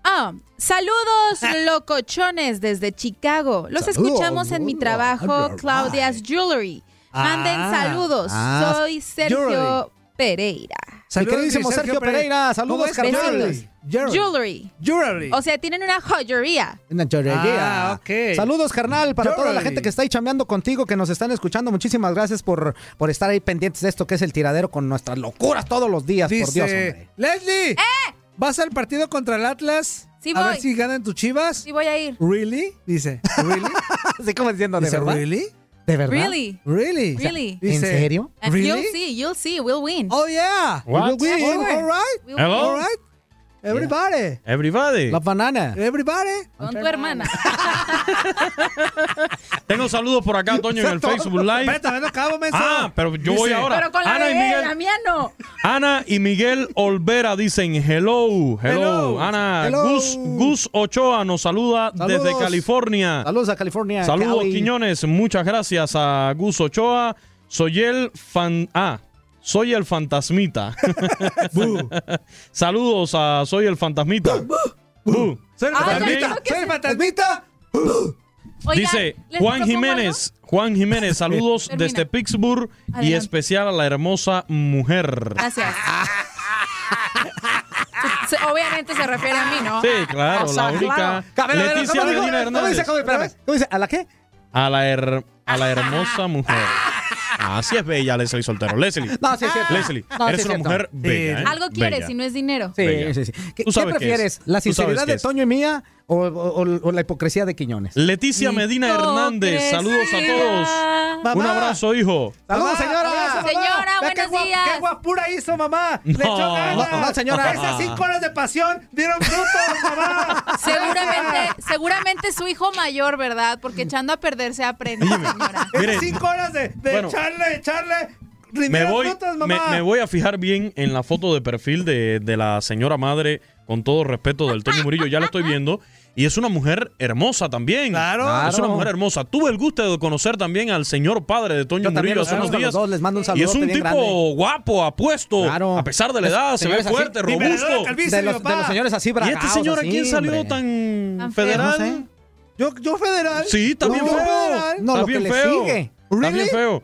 A: Ah, saludos locochones desde Chicago. Los
C: Saludos,
A: escuchamos en mi
C: bueno,
A: trabajo
C: alright.
A: Claudia's Jewelry. Manden
C: Ah,
A: saludos.
C: ah,
A: Soy Sergio
C: jewelry.
A: Pereira.
D: Saludos, queridísimo Sergio Sergio Pereira. Pereira. Saludos,
C: ¿Cómo es?
D: carnal.
C: Jewelry. Jewelry.
A: Jewelry.
C: Jewelry.
A: O sea, tienen una joyería.
D: Una chorrería.
C: Ah, ok.
D: Saludos, carnal, para toda la
C: Chorrería.
D: gente que está ahí chambeando contigo, que nos están escuchando. Muchísimas gracias por, por estar ahí pendientes de esto que es el tiradero con nuestras locuras todos los días, por Dios, hombre.
C: Dice, Leslie, ¿vas al partido contra el Atlas?
A: ¡Eh! Sí
C: a
A: voy.
C: ver si ganan tus chivas. Sí
A: voy a ir.
C: ¿Really? Dice, ¿really?
D: Así como diciendo, ¿de
C: Dice,
D: verdad?
C: ¿really?
D: ¿De verdad?
A: Really?
C: ¿Really?
A: Really? Eh,
D: ¿En serio?
A: And
C: ¿Really?
A: You'll see, you'll see, we'll win.
C: Oh yeah.
B: What?
C: We will win,
A: Sure.
C: all right?
A: We
B: will Hello?
C: All right? Everybody.
B: Everybody.
D: La banana.
C: Everybody.
B: Ah,
A: Con tu hermana.
B: Tengo saludos por acá, Toño, en el
C: Exacto.
B: Facebook Live.
C: Espérate, todavía no acabo, menso.
B: Ah, pero yo voy
C: Dice-
B: ahora.
A: Pero con la
B: Ana y
A: bebé,
B: Miguel.
A: la mía no.
B: Ana y Miguel Olvera dicen hello, hello.
D: Hello.
B: Ana,
D: Hello.
B: Gus, Gus Ochoa nos saluda
D: Saludos.
B: desde California.
D: Saludos a California.
B: Saludos,
D: Cali.
B: Quiñones. Muchas gracias a Gus Ochoa. Soy el fan. Ah, soy el fantasmita. Saludos a Soy el fantasmita. Bu.
C: Soy el
B: También
C: fantasmita. Soy el fantasmita.
A: Oigan,
B: Dice
A: ¿les
B: Juan
A: propongo
B: Jiménez. Juan Jiménez, saludos
A: Termina.
B: desde Pittsburgh y
A: Adelante.
B: especial a la hermosa mujer.
A: Gracias. Se- se- Obviamente se refiere a mí, ¿no?
B: Sí, claro,
A: Ah, O sea,
B: la única.
A: claro.
D: A ver, a ver,
B: Leticia
D: ¿cómo dijo?
B: Medina
D: ¿Cómo dice?
B: Hernández.
D: ¿Cómo- espérame, ¿cómo dice? ¿A la qué?
B: A la, her- a la hermosa mujer. Así es bella, Leslie Soltero. Leslie.
D: No, sí es cierto.
B: Ah. Leslie,
D: No, sí
B: eres
D: es
B: una
D: cierto.
B: mujer bella. ¿eh?
A: Algo quieres
B: Bella.
A: si no es dinero.
D: Sí,
B: Venga.
D: sí, sí. ¿Qué,
B: Tú
D: qué
B: sabes qué
D: prefieres?
B: es.
D: ¿La
B: Tú sabes
D: sinceridad
B: qué
D: de
B: es.
D: Toño y mía o, o- o- o la hipocresía de Quiñones?
B: Leticia Medina Hernández, saludos a todos. Un abrazo, hijo.
D: Saludos, señora.
A: Señora,
C: Ve qué
A: buenos
C: guap-
A: días.
C: Qué guapura hizo, mamá. Le
B: No.
C: echó ganas.
B: No, Ah. no, señora.
C: Esas cinco horas de pasión dieron fruto, mamá.
A: Seguramente, seguramente su hijo mayor, ¿verdad? Porque echando a perder se aprende, señora.
C: Esas
B: Miren.
C: cinco horas de, de
B: Bueno.
C: echarle, echarle.
B: Me
C: rindieron
B: voy,
C: frutos,
B: me,
C: mamá.
B: me voy a fijar bien en la foto de perfil de, de la señora madre, con todo respeto del Toño Murillo, ya la estoy viendo. Y es una mujer hermosa también.
D: Claro.
B: Es una mujer hermosa. Tuve el gusto de conocer también al señor padre de Toño
D: Yo también
B: Murillo
D: los
B: hace unos
D: conozco a los
B: días.
D: dos, les mando un
B: Y es
D: saludote
B: un
D: bien
B: tipo
D: grande.
B: guapo, apuesto.
D: Claro.
B: A pesar de la
D: Es-
B: edad, se ve
D: señores así-
B: fuerte,
D: Dime,
C: Liberador de
B: robusto.
C: calvicie,
D: De los-
C: papá.
D: de los señores así
B: ¿Y este
D: bragados,
B: señor a
D: así,
B: quién salió
D: hombre.
B: tan
A: Tan feo.
B: federal?
D: No sé.
C: Yo, yo federal.
B: Sí, también
C: No,
B: feo.
C: federal.
D: No,
B: Está
D: lo
B: bien
D: que le
B: feo.
D: sigue.
B: Está bien feo.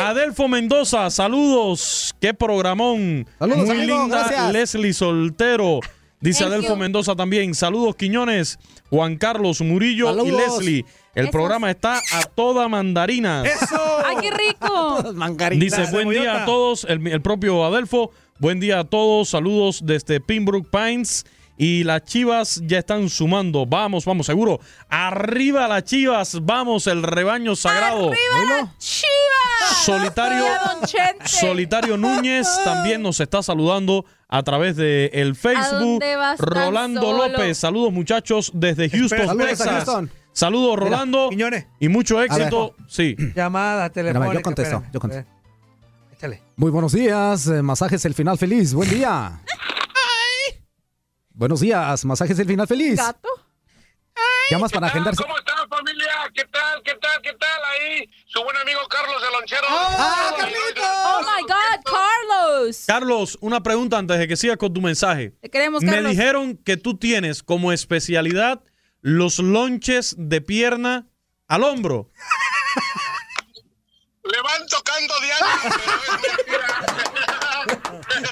B: Adelfo Mendoza, saludos. Qué programón.
D: Saludos,
B: Muy
D: amigo,
B: linda
D: gracias.
B: Leslie Soltero. Dice
A: Thank
B: Adelfo
A: you.
B: Mendoza también. Saludos, Quiñones, Juan Carlos Murillo y
D: Saludos.
B: Leslie. El
A: Besos.
B: programa está a toda mandarina.
C: Eso.
A: ¡Ay, qué rico!
B: Dice, buen día a todos. El, el propio Adelfo, buen día a todos. Saludos desde Pembroke Pines. Y las chivas ya están sumando. Vamos, vamos, seguro. Arriba las chivas. Vamos, el rebaño sagrado.
A: ¡Viva Chivas!
B: Solitario,
A: ¡Viva Don Chente!
B: Solitario Núñez también nos está saludando a través de el
A: ¿A
B: Facebook.
A: dónde vas tan
B: Rolando
A: solo?
B: López, saludos muchachos desde Houston,
C: Saludos a
B: Texas.
D: Houston.
B: Saludos
C: Mira,
B: Rolando
C: Quiñones.
B: y mucho
D: ver.
B: éxito. Sí.
C: Llamada telefónica.
D: Espérame, yo contesto,
C: espérame.
D: yo contesto.
B: Eh,
C: Échale.
D: Muy buenos días, eh, masajes el final feliz. Buen día. Buenos días, masajes el final feliz.
A: ¿Gato?
D: Llamas para agendar.
R: ¿Cómo están, familia? ¿Qué tal, qué tal, qué tal? Ahí, su buen amigo Carlos el Lonchero.
C: ¡Ah,
A: ¡Oh, my God, Carlos!
B: Carlos, una pregunta antes de que sigas con tu mensaje.
A: Pues, Te queremos,
B: Me
A: Carlos.
B: dijeron que tú tienes como especialidad los lonches de pierna al hombro.
R: Le van tocando diario, pero es mentira.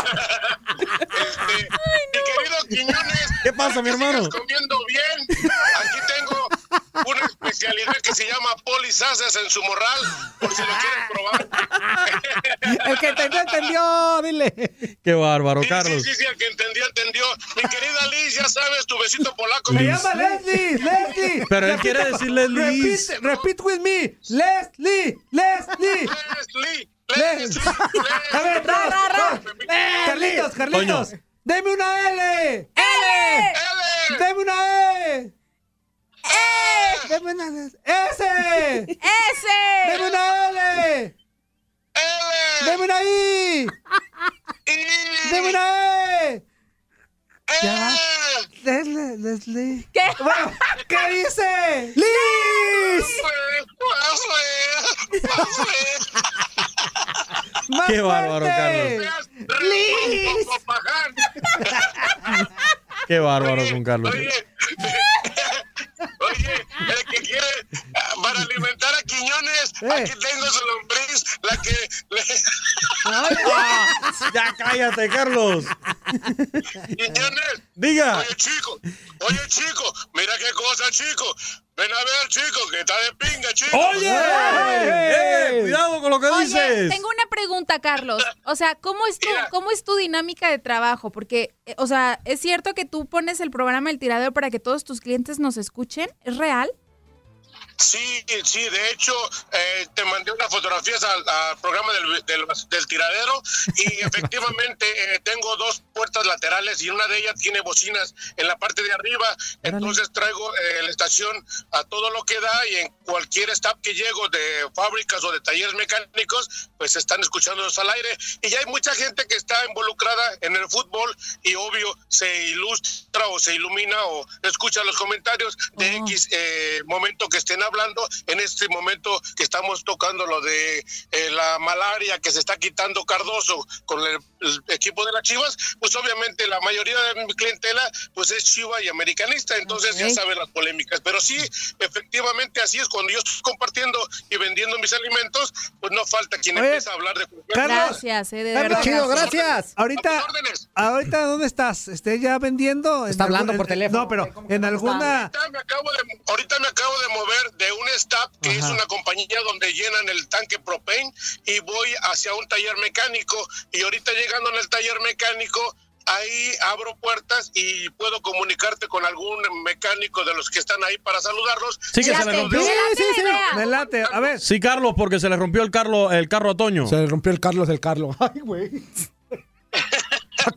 R: Este, Mi querido Quiñones.
B: ¿Qué pasa, mi
R: que
B: hermano?
R: sigas comiendo bien. Aquí tengo una especialidad que se llama polisazas en su morral, por si lo quieren probar.
D: El que entendió, entendió, dile.
B: Qué bárbaro,
R: Sí,
B: Carlos.
R: Sí, sí, sí, el que entendió, entendió. Mi querida Liz, ya sabes, tu besito polaco.
C: Me
R: Liz.
C: llama Leslie, Leslie.
B: Pero él
C: Repite,
B: quiere
C: pa-
B: decirle Liz.
C: Repite, repeat with me. Leslie, Leslie.
R: Leslie,
C: Leslie. A ver, dos, dos. Carlitos, Carlitos.
B: Toño.
C: Deme una L.
R: L.
C: Deme una
A: Eh.
C: E. E. Deme una S.
A: S.
C: Deme una L. L. Deme una I. Deme una E. Ya.
B: ¡Eh!
C: Leslie, Leslie. ¿Qué? ¿Qué dice? ¡Liz! ¡Más
B: Qué bárbaro,
C: fuerte! ¡Liz!
B: Qué bárbaro con Carlos.
R: El que quiere ah, para alimentar a Quiñones,
B: Eh.
R: aquí tengo su lombriz, la que le...
B: Ya cállate, Carlos.
R: Quiñones.
B: Diga.
R: Oye, chico, oye, chico, mira qué cosa, chico. Ven a ver, chico, que está de pinga, chico.
B: ¡Oye! ¡Eh! Cuidado con lo que
G: Oye,
B: dices.
G: tengo una pregunta, Carlos. O sea, ¿cómo es tu, cómo es tu dinámica de trabajo? Porque, eh, o sea, ¿es cierto que tú pones el programa El Tiradero para que todos tus clientes nos escuchen? ¿Es real?
R: Sí, sí, de hecho, eh, te mandé unas fotografías al, al programa del, del- del tiradero y efectivamente eh, tengo dos puertas laterales y una de ellas tiene bocinas en la parte de arriba, entonces traigo eh, la estación a todo lo que da y en cualquier stop que llego de fábricas o de talleres mecánicos, pues están escuchándonos al aire y ya hay mucha gente que está involucrada en el fútbol y obvio se ilustra o se ilumina o escucha los comentarios de X eh, momento que estén hablando en este momento que estamos tocando lo de eh, la malaria que se está quitando Cardoso con el, el equipo de las Chivas, pues obviamente la mayoría de mi clientela pues es chiva y americanista, entonces ya saben las polémicas, pero sí, efectivamente así es, cuando yo estoy compartiendo y vendiendo mis alimentos, pues no falta quien
C: Oye,
R: empiece a hablar de cualquier cosa.
G: Gracias, eh, de
C: Carlos,
G: verdad.
C: Ahorita, ahorita, ¿dónde estás? ¿Esté ya vendiendo? Está hablando por teléfono. No, pero en alguna.
R: Ahorita me acabo de, ahorita me acabo de mover de un staff que es una compañía donde llenan el tanque propane y voy hacia un taller mecánico y ahorita llegando en el taller mecánico ahí abro puertas y puedo comunicarte con algún mecánico de los que están ahí para saludarlos.
B: Sí, que se le rompió.
C: Me late, a ver.
B: Sí, Carlos, porque se le rompió el, Carlos, el carro a Toño.
D: Se le rompió el Carlos del Carlos. Ay, güey.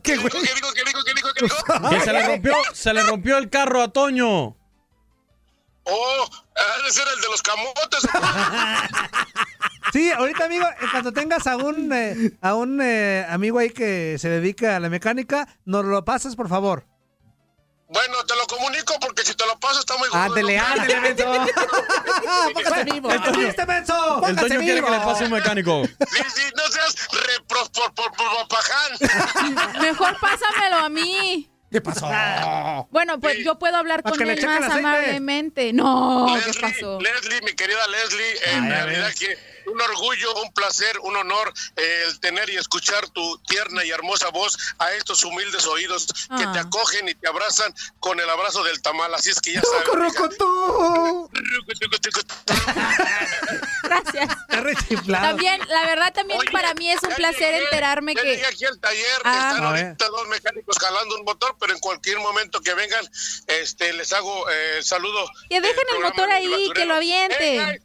R: ¿Qué digo, qué digo, qué digo, qué digo, qué digo?
B: Que se le rompió, se le rompió el carro a Toño.
R: Oh, ha de ser el de los camotes.
C: Sí, ahorita, amigo, eh, cuando tengas a un, eh, a un eh, amigo ahí que se dedica a la mecánica, nos lo pasas, por favor.
R: Bueno, te lo comunico porque si te lo paso está muy gordo.
C: Ándele, ándele, menso.
R: Póngase vivo.
B: El Toño, el Toño quiere que le pase un mecánico.
R: no seas repro por, por, por- papaján.
G: Mejor pásamelo a mí.
D: ¿Qué pasó?
G: Bueno, pues yo puedo hablar
R: Pa'
G: con
R: que le
G: él
R: chequen
G: más
R: aceite.
G: amablemente. No, ¿qué
R: Leslie,
G: pasó?
R: Leslie, mi querida Leslie, en realidad que un orgullo, un placer, un honor eh, el tener y escuchar tu tierna y hermosa voz a estos humildes oídos que
G: Ah.
R: te acogen y te abrazan con el abrazo del tamal. Así es que ya sabes.
G: Gracias. También, la verdad, también para mí es un placer enterarme
R: Ya
G: que.
R: llegué aquí al taller,
G: Ah.
R: están
G: A ver.
R: ahorita dos mecánicos jalando un motor, pero en cualquier momento que vengan, este, les hago eh, el saludo.
G: Que dejen
R: del
G: el
R: programa
G: motor
R: del
G: ahí,
R: basurero.
G: que lo avienten.
R: Hey, guys,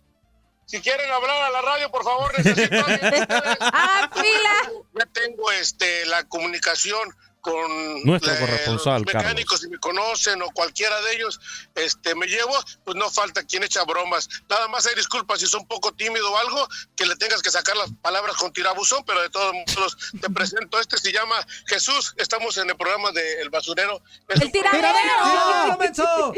R: si quieren hablar a la radio, por favor, necesito.
G: ¡Ah, fila!
R: Ya tengo este, la comunicación con
B: Nuestro
R: eh,
B: corresponsal,
R: los
B: Carlos.
R: mecánicos, si me conocen o cualquiera de ellos, este, me llevo, pues no falta quien echa bromas. Nada más hay disculpas si son un poco tímido o algo, que le tengas que sacar las palabras con tirabuzón, pero de todos modos te presento. Este se llama Jesús, estamos en el programa de El Basurero. Es un-
C: ¡Tiradero, menso!
R: no,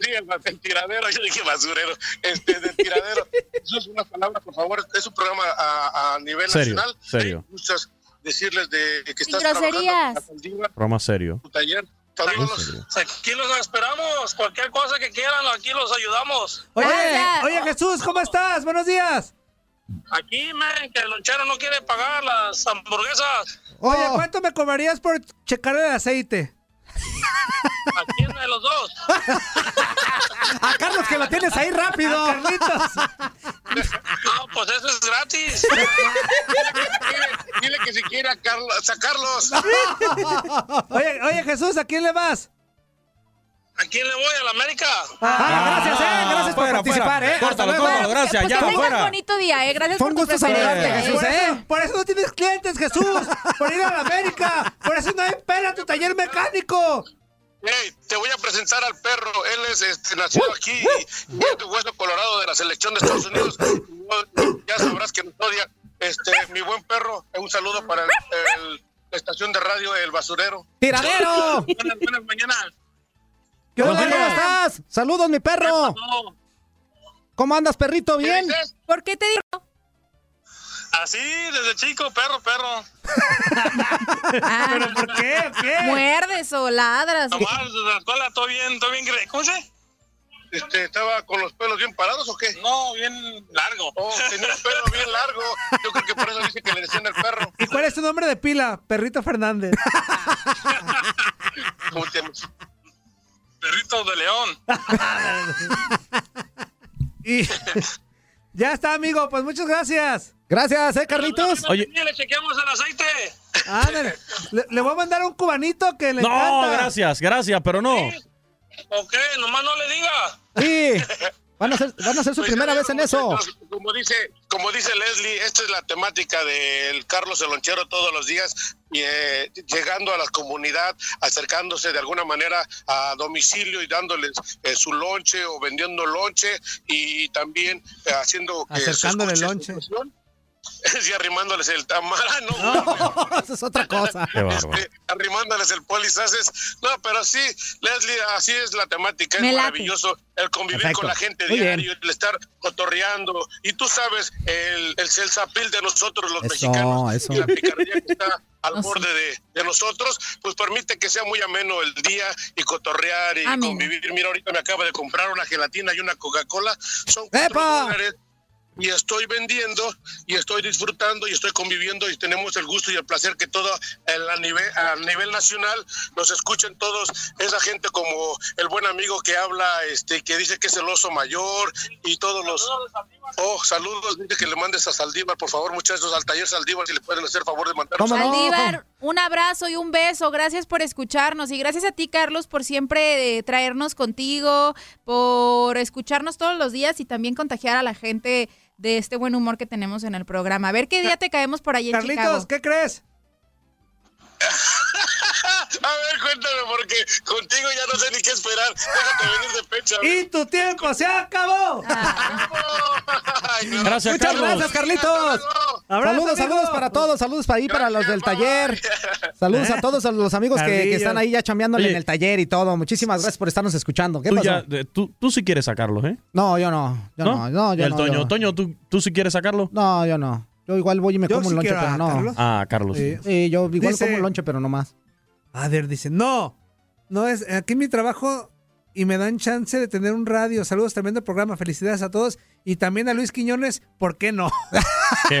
R: sí, el, bas- el tiradero, yo dije basurero, este, de tiradero. Eso es una palabra, por favor, es un programa a, a nivel
B: Serio,
R: nacional.
B: serio.
R: Hay muchas decirles de que
G: Sin
R: estás trabajando
G: groserías.
R: en la Caldivia,
B: Programa serio.
R: tu taller. Saludos.
S: Aquí los esperamos, cualquier cosa que quieran, aquí los ayudamos.
C: Oye, oye, Jesús, ¿cómo estás? Buenos días.
S: Aquí, men, que el lonchero no quiere pagar las hamburguesas.
B: Oh.
C: Oye, ¿cuánto me cobrarías por checar el aceite?
S: Aquí en el
F: de los dos.
D: A Carlos que lo tienes ahí rápido. Carlitos.
R: No, pues eso es gratis. Dile que si quiere a Carlos- sacarlos.
C: oye, oye, Jesús, ¿a quién le vas?
R: ¿A quién le voy? ¿A la América?
C: gracias, eh, gracias por
B: Ah. Fuera, fuera.
C: participar, eh.
B: Córtalo,
C: Hasta luego.
B: córtalo, gracias,
A: Pues
B: ya,
A: que tengas
B: fuera.
A: bonito día, eh. Gracias
C: Fue un
A: por tu
C: gusto
A: preferencia.
C: saludarte, Jesús,
A: Por eso-
C: ¿eh? Por eso no tienes clientes, Jesús. Por ir a la América. Por eso no hay pena tu taller mecánico.
R: Hey, te voy a presentar al perro. Él es este, nacido aquí y es de hueso colorado de la selección de Estados Unidos. No, Ya sabrás que nos odia. Este, mi buen perro, un saludo para el- el- la estación de radio El Basurero.
D: ¡Tiradero!
R: Buenas, buenas mañanas.
D: ¿Qué onda, ¿Cómo estás? Saludos, mi perro. ¿Cómo andas, perrito? ¿Bien?
A: ¿Por qué te digo?
R: Así, desde chico, perro, perro.
A: Ah,
C: ¿Por qué?
A: muerdes o ladras.
R: Nomás, desde la escuela, todo bien, todo bien. gre- ¿Cómo se? Este, ¿Estaba con los pelos bien parados o qué? No, bien largo. Oh, tenía el pelo bien largo. Yo creo que por eso dice que le decían el perro.
C: ¿Y cuál es tu nombre de pila? Perrito Fernández.
R: ¿Cómo te llamas? Perrito de león.
C: y ya está, amigo. Pues muchas gracias.
D: Gracias, eh, Carlitos.
C: Oye.
R: le chequeamos el aceite.
C: Ándale. Le, le voy a mandar un cubanito que le
B: No,
C: encanta.
B: gracias, gracias, pero no.
R: Ok, nomás no le diga.
D: Sí. Eh, Van a ser, van a ser su
R: Pues,
D: primera vez en eso.
R: muchachos, Como dice, como dice Leslie, esta es la temática del Carlos el Lonchero todos los días, y, eh, llegando a la comunidad, acercándose de alguna manera a domicilio y dándoles eh, su lonche o vendiendo lonche y también eh, haciendo que se
C: Acercándole el
R: escuche
C: lonche.
R: su canción. y arrimándoles el tamal, Ah, no,
D: Eso es otra cosa.
B: Qué bárbaro.
R: Este, arrimándoles el polizaces. No, pero sí, Leslie, así es la temática, es
B: Me late.
R: maravilloso el convivir
B: Perfecto.
R: con la gente
B: Muy
R: diario, el estar cotorreando. Y tú sabes, el, el sensapil de nosotros los mexicanos,
D: Eso, eso.
R: la picardía que está al borde de, de nosotros, pues permite que sea muy ameno el día y cotorrear y
A: Amén.
R: convivir. Mira, ahorita me acabo de comprar una gelatina y una Coca-Cola, son cuatro
D: ¡Epa!
R: dólares y estoy vendiendo y estoy disfrutando y estoy conviviendo y tenemos el gusto y el placer que todo el- a nivel, a nivel nacional nos escuchen todos esa gente como el buen amigo que habla este que dice que es el oso mayor y todos los oh saludos dice que le mandes a Saldívar por favor muchachos al taller Saldívar si le pueden hacer favor de mandar
A: Saldívar, un abrazo y un beso. Gracias por escucharnos y gracias a ti, Carlos, por siempre eh, traernos contigo, por escucharnos todos los días y también contagiar a la gente de este buen humor que tenemos en el programa. A ver qué día te caemos por ahí en
C: Carlitos,
A: Chicago.
C: ¿qué crees?
R: a ver cuéntame porque contigo ya no sé ni qué esperar déjate venir de pecho
C: Y tu tiempo se acabó.
A: Ah.
B: Gracias,
D: Muchas
B: Carlos.
D: gracias, Carlitos.
B: Abrazo,
D: saludos,
B: amigo.
D: saludos para todos, saludos para ahí, para los del taller. Saludos a todos los amigos que, que están ahí ya chambeándole
B: Oye.
D: en el taller y todo. Muchísimas gracias por estarnos escuchando. ¿Qué
B: Tú,
D: pasó?
B: ya, de- tú, tú sí quieres sacarlos, ¿eh?
D: No, yo no. Yo no, no, yo
B: el
D: no.
B: Toño,
D: yo-
B: Toño, ¿tú, tú sí quieres sacarlo?
D: No, yo no. Yo igual voy y me
B: Yo
D: como
B: sí
D: un lonche,
B: quiero a
D: pero no.
B: Carlos. Ah, Carlos.
D: Sí, sí, yo igual
C: Dice-
D: como un lonche, pero no más.
C: A ver, dice, no, no es, aquí mi trabajo y me dan chance de tener un radio. Saludos, tremendo programa, felicidades a todos. Y también a Luis Quiñones, ¿por qué no?
B: Qué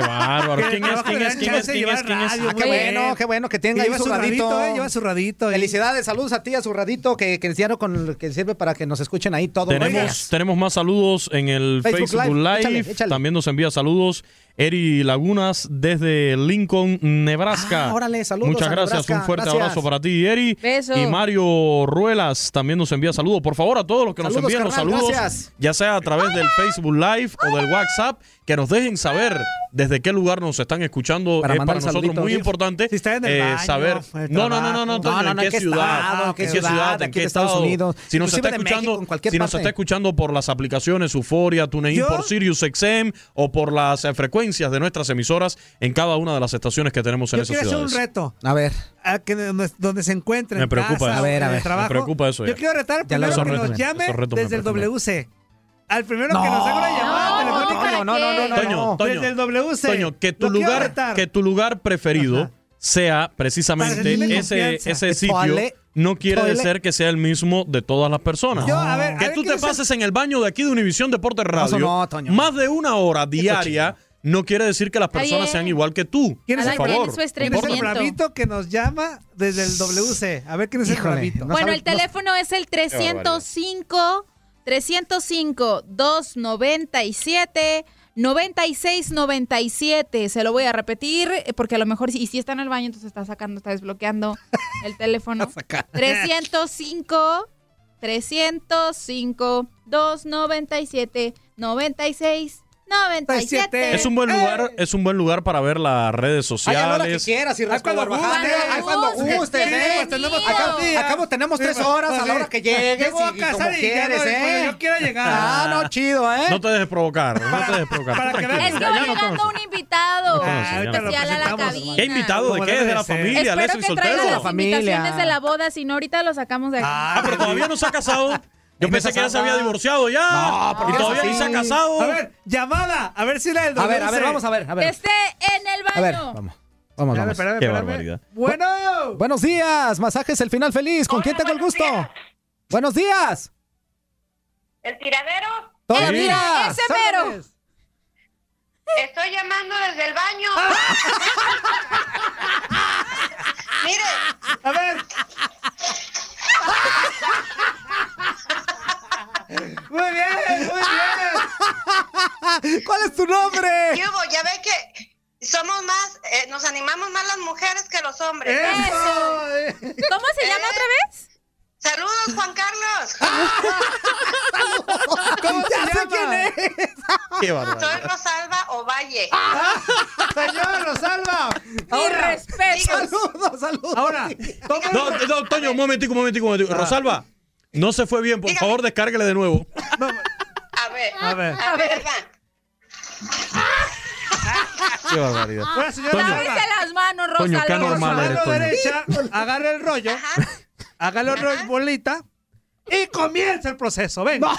B: bárbaro.
C: Que
B: ¿Quién es?
C: trabajo
B: ¿Quién
C: le
B: es?
C: dan
B: ¿Quién es?
C: chance de
B: ¿Quién es?
C: llevar
B: ¿Quién es?
C: radio,
D: Ah, qué
C: Muy
D: bueno,
C: bien.
D: qué bueno que tenga
C: Eh, Y
D: ahí
C: lleva
D: su
C: su
D: radito.
C: radito, eh, lleva su radito ahí.
D: Felicidades, saludos a ti, a su radito, que, que hicieron con el que sirve para que nos escuchen ahí todo.
B: Tenemos, tenemos más saludos en el
D: Facebook
B: Facebook,
D: Live.
B: Live.
D: Échale, échale.
B: También nos envía saludos Eri Lagunas desde Lincoln, Nebraska.
D: Ah, órale, saludos
B: Muchas
D: a
B: gracias.
D: Nebraska.
B: Un fuerte
D: Gracias.
B: abrazo para ti, Eri.
D: Beso.
B: Y Mario Ruelas también nos envía saludos. Por favor, a todos los que nos
D: Saludos,
B: envían
D: carnal,
B: los saludos,
D: gracias.
B: ya sea a través del Facebook Live o del WhatsApp, que nos dejen saber desde qué lugar nos están escuchando.
D: Para
B: es
D: mandar
B: eh, para
D: el
B: nosotros
D: saludito.
B: muy importante
D: en el
B: eh,
D: baño,
B: saber.
D: en el
B: No, no, no, no, no,
D: trabajo. No,
B: Toño,
D: no,
B: ¿en
D: no,
B: qué
D: ¿en qué estado?
B: ciudad?
D: ¿Qué
B: ¿En qué
D: ciudad?
B: ciudad? ¿En
D: Aquí
B: qué
D: de Estados
B: estado?
D: Unidos.
B: Si nos
D: Inclusive
B: está
D: de México,
B: escuchando,
D: en cualquier
B: si nos
D: parte.
B: está escuchando por las aplicaciones Euforia, TuneIn,
D: ¿Yo?
B: por Sirius XM o por las eh, frecuencias de nuestras emisoras en cada una de las estaciones que tenemos en
C: Yo
B: esas
C: quiero hacer un
B: ciudades.
C: reto.
D: A ver.
C: A que nos- donde se encuentren.
B: Me
C: en
B: preocupa
C: casa,
B: eso.
C: o
B: A ver, a
C: en el
B: ver.
C: trabajo.
B: Me preocupa eso
C: Yo
B: ya.
C: quiero retar al
B: Ya lo
C: primero que
B: hizo
C: nos
B: reto,
C: llame
B: esos retos me
C: desde el
B: prenden.
C: WC. Al primero que nos haga una llamada telefónica.
D: no, no, no, no, no.
B: Toño, Toño,
C: Desde el WC.
B: Toño, que tu
C: Lo quiero
B: lugar,
C: retar.
B: que tu lugar preferido sea
C: Para
B: precisamente
C: sentirme
B: ese,
C: confianza.
B: ese
C: El
B: sitio.
C: toilet.
B: No quiere
C: Toilet.
B: decir que sea el mismo de todas las personas.
C: Yo, a ver, a
B: que
C: ver,
B: tú
C: quiero
B: te
C: hacer-
B: pases en el baño de aquí de Univisión Deportes Radio
D: no, Toño.
B: más de una hora diaria no quiere decir que las personas
C: bien.
B: sean igual que tú.
C: ¿Quién es,
B: Por
C: el,
B: favor,
C: ¿Quién es el bravito que nos llama desde el WC? A ver quién es
B: Híjole,
C: el bravito. No
A: bueno,
C: sabe-
A: el teléfono es el
C: barbaridad.
A: 305 305 297 9697. Se lo voy a repetir eh, porque a lo mejor si- y si está en el baño entonces está sacando, está desbloqueando el teléfono. 305 305 297 96 97.
B: Es un buen lugar, es un buen lugar para ver las redes
D: Ay, a la hora que
B: sociales.
D: quieras, y
C: Ay, cuando
D: Rasco Barbaján,
C: guste,
D: eh, ay, cuando
C: busque,
D: gustes, eh.
C: pues, tenemos
D: Acá-
C: todo el día.
D: acabo tenemos tres horas a la hora que llegues
C: Llego a
D: y- y
C: casa
D: como
C: ya
D: quieres,
C: doy,
D: ¿eh?
C: cuando Yo quiero llegar.
D: Ah, no, chido, ¿eh?
B: No te dejes provocar, no te dejes provocar. Tú
A: Es que
B: tranquilo,
A: va
B: ya- ya no
A: llegando
B: conoces.
A: un invitado
B: No conoces, ya no
A: especial a la cabina.
B: ¿Qué invitado de
D: Como
B: qué?
D: debe
B: ¿De
D: de
B: la
D: ser.
B: familia?
D: Espero
B: ¿Leslie
D: que traiga
B: soltero?
D: las La familia.
A: invitaciones de la boda, si no ahorita lo sacamos de aquí.
B: Ah, pero todavía no se ha casado. Yo pensé que ya se había divorciado ya.
D: No, ¿por
B: y
D: qué
B: todavía
D: es
B: ni
D: así?
B: se ha casado.
D: A ver,
C: llamada. A ver si la del
D: A ver, a
C: WC.
D: ver, vamos a ver, a ver.
A: Esté Este, en el
D: A ver,
A: baño.
D: vamos. Vamos, vamos.
C: espérame,
D: Qué
C: espérame.
D: barbaridad.
C: Bueno.
D: Buenos días, masajes el final feliz. ¿Con quién tengo el gusto? Buenos días.
G: ¿El tiradero?
D: Todo bien. Ese mero.
G: Estoy llamando desde el baño.
D: Ah.
G: Mire.
C: A ver. Muy bien, muy
D: bien. ¿Cuál es tu nombre?
G: Ah. ¿Qué hubo? Ya ve que somos más, eh, nos animamos más las mujeres que los hombres. Eh,
A: Eso. ¿Cómo se llama otra vez?
G: Saludos, Juan Carlos.
C: ¿Cómo se llama?
B: Qué barbaridad.
G: Soy Rosalba Ovalle.
C: Ah, Señor, lo salva. Ahora,
D: Saludos, saludos.
C: Ahora,
B: No, no, Toño, un momentico, un momentico, un momentico. Rosalba, no se fue bien. Por favor, descárguele de nuevo.
G: A ver,
B: A ver.
G: a ver, va.
B: Qué barbaridad.
C: Bueno, señora,
B: Toño,
C: Rosalba.
A: Lávese las manos,
B: Toño,
A: Rosalba.
B: qué anormal eres,
C: mano
B: Toño.
C: derecha, agarra el rollo, agarra el rollo en bolita y comienza el proceso. Venga.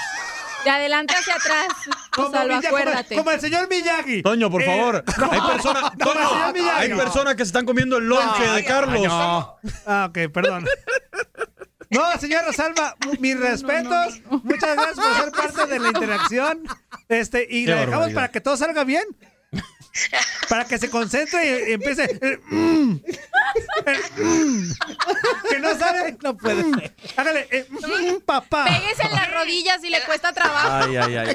A: De adelante hacia atrás,
C: Como,
A: Rosalba,
C: Miyagi- como-
A: acuérdate.
C: como el señor Miyagi.
B: Toño, por
C: Eh,
B: favor.
C: no,
B: hay personas,
C: no,
B: Toño,
C: no, señor Miyagi.
B: hay
C: No.
B: personas que se están comiendo el lonche
C: No,
B: de Carlos.
C: no. Ah, ok, perdón. No, señora Rosalba, mu- mis respetos. Muchas gracias por ser parte de la interacción. Este, y
B: Qué
C: la dejamos
B: barbaridad.
C: para que todo salga bien. Para que se concentre y, y empiece. eh, mm, eh, mm. que no sabe, no puede. ser. Hágale, eh, mm, papá.
A: Péguese en las rodillas si le cuesta trabajo.
B: Ay, ay, ay.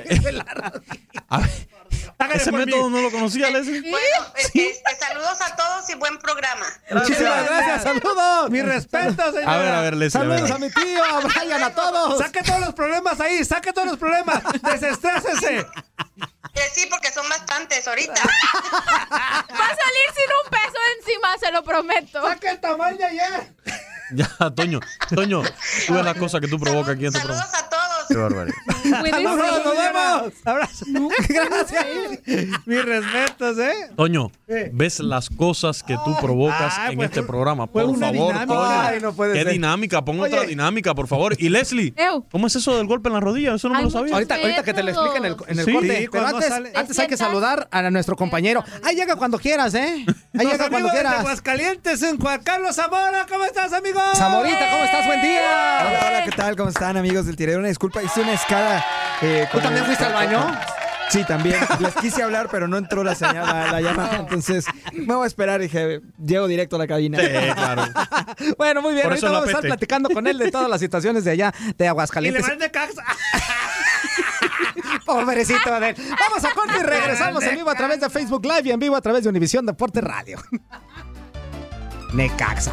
B: A ver, ese método no lo conocía, Leslie.
G: Bueno, este, saludos a todos y buen programa.
D: Muchísimas gracias, saludos.
C: Mi respeto, señora.
B: A ver, a ver, Leslie, a ver.
D: Saludos a mi tío, a Brian, a todos.
C: Saque todos los problemas ahí, saque todos los problemas. Desestrésese.
G: Eh, Sí, porque son bastantes ahorita.
A: Va a salir sin un peso encima, se lo prometo.
C: Saca el tamaño ya.
B: Ya, Toño, Toño, tú ves las cosas que tú provocas aquí en este programa.
G: Saludos a todos.
B: Qué barbaridad.
C: Abrazo, nos vemos. Abrazo. Gracias. Mis respetos, ¿eh?
B: Toño,
C: Eh.
B: ves las cosas que tú provocas
C: Ah,
B: en
C: pues,
B: este programa.
C: fue
B: Por
C: una
B: favor,
C: dinámica.
B: Toño.
C: Ay, no puede
B: Qué
C: ser.
B: dinámica, pon otra
C: Oye.
B: dinámica, por favor. Y Leslie, ¿cómo es eso del golpe en la rodilla? Eso no me
D: Hay
B: lo sabía.
D: muchos Ahorita- ahorita que te lo explique en el- en el
B: Sí.
D: corte.
B: Sí,
D: Pero
B: cuando
D: antes,
B: sale-
D: antes hay que saludar a nuestro compañero. Ahí llega cuando quieras, ¿eh? Ahí
C: Los
D: llega cuando
C: amigos de
D: quieras.
C: Aguascalientes en Juan Carlos Zamora. ¿Cómo estás, amigo?
T: Zamorita, ¿cómo estás? Buen día. Hola,
C: Hola,
T: hola, ¿qué tal? ¿Cómo están, amigos del tiradero? Una disculpa, hice una escala. eh,
D: ¿Tú
T: con
D: también
T: el-
D: fuiste al baño?
T: Sí, también. Les quise hablar, pero no entró la señal, la, la llamada. Entonces, me voy a esperar, dije, llego directo a la cabina.
D: Sí, claro. Bueno, muy bien.
T: Por
D: Ahorita
T: eso la
D: vamos a estar
T: pete.
D: platicando con él de todas las situaciones de allá de
C: Y le
D: Aguascalientes.
C: van de caxa.
D: Pobrecito de él. Vamos a corte y regresamos en vivo a través de Facebook Live y en vivo a través de Univisión Deporte Radio. Necaxa.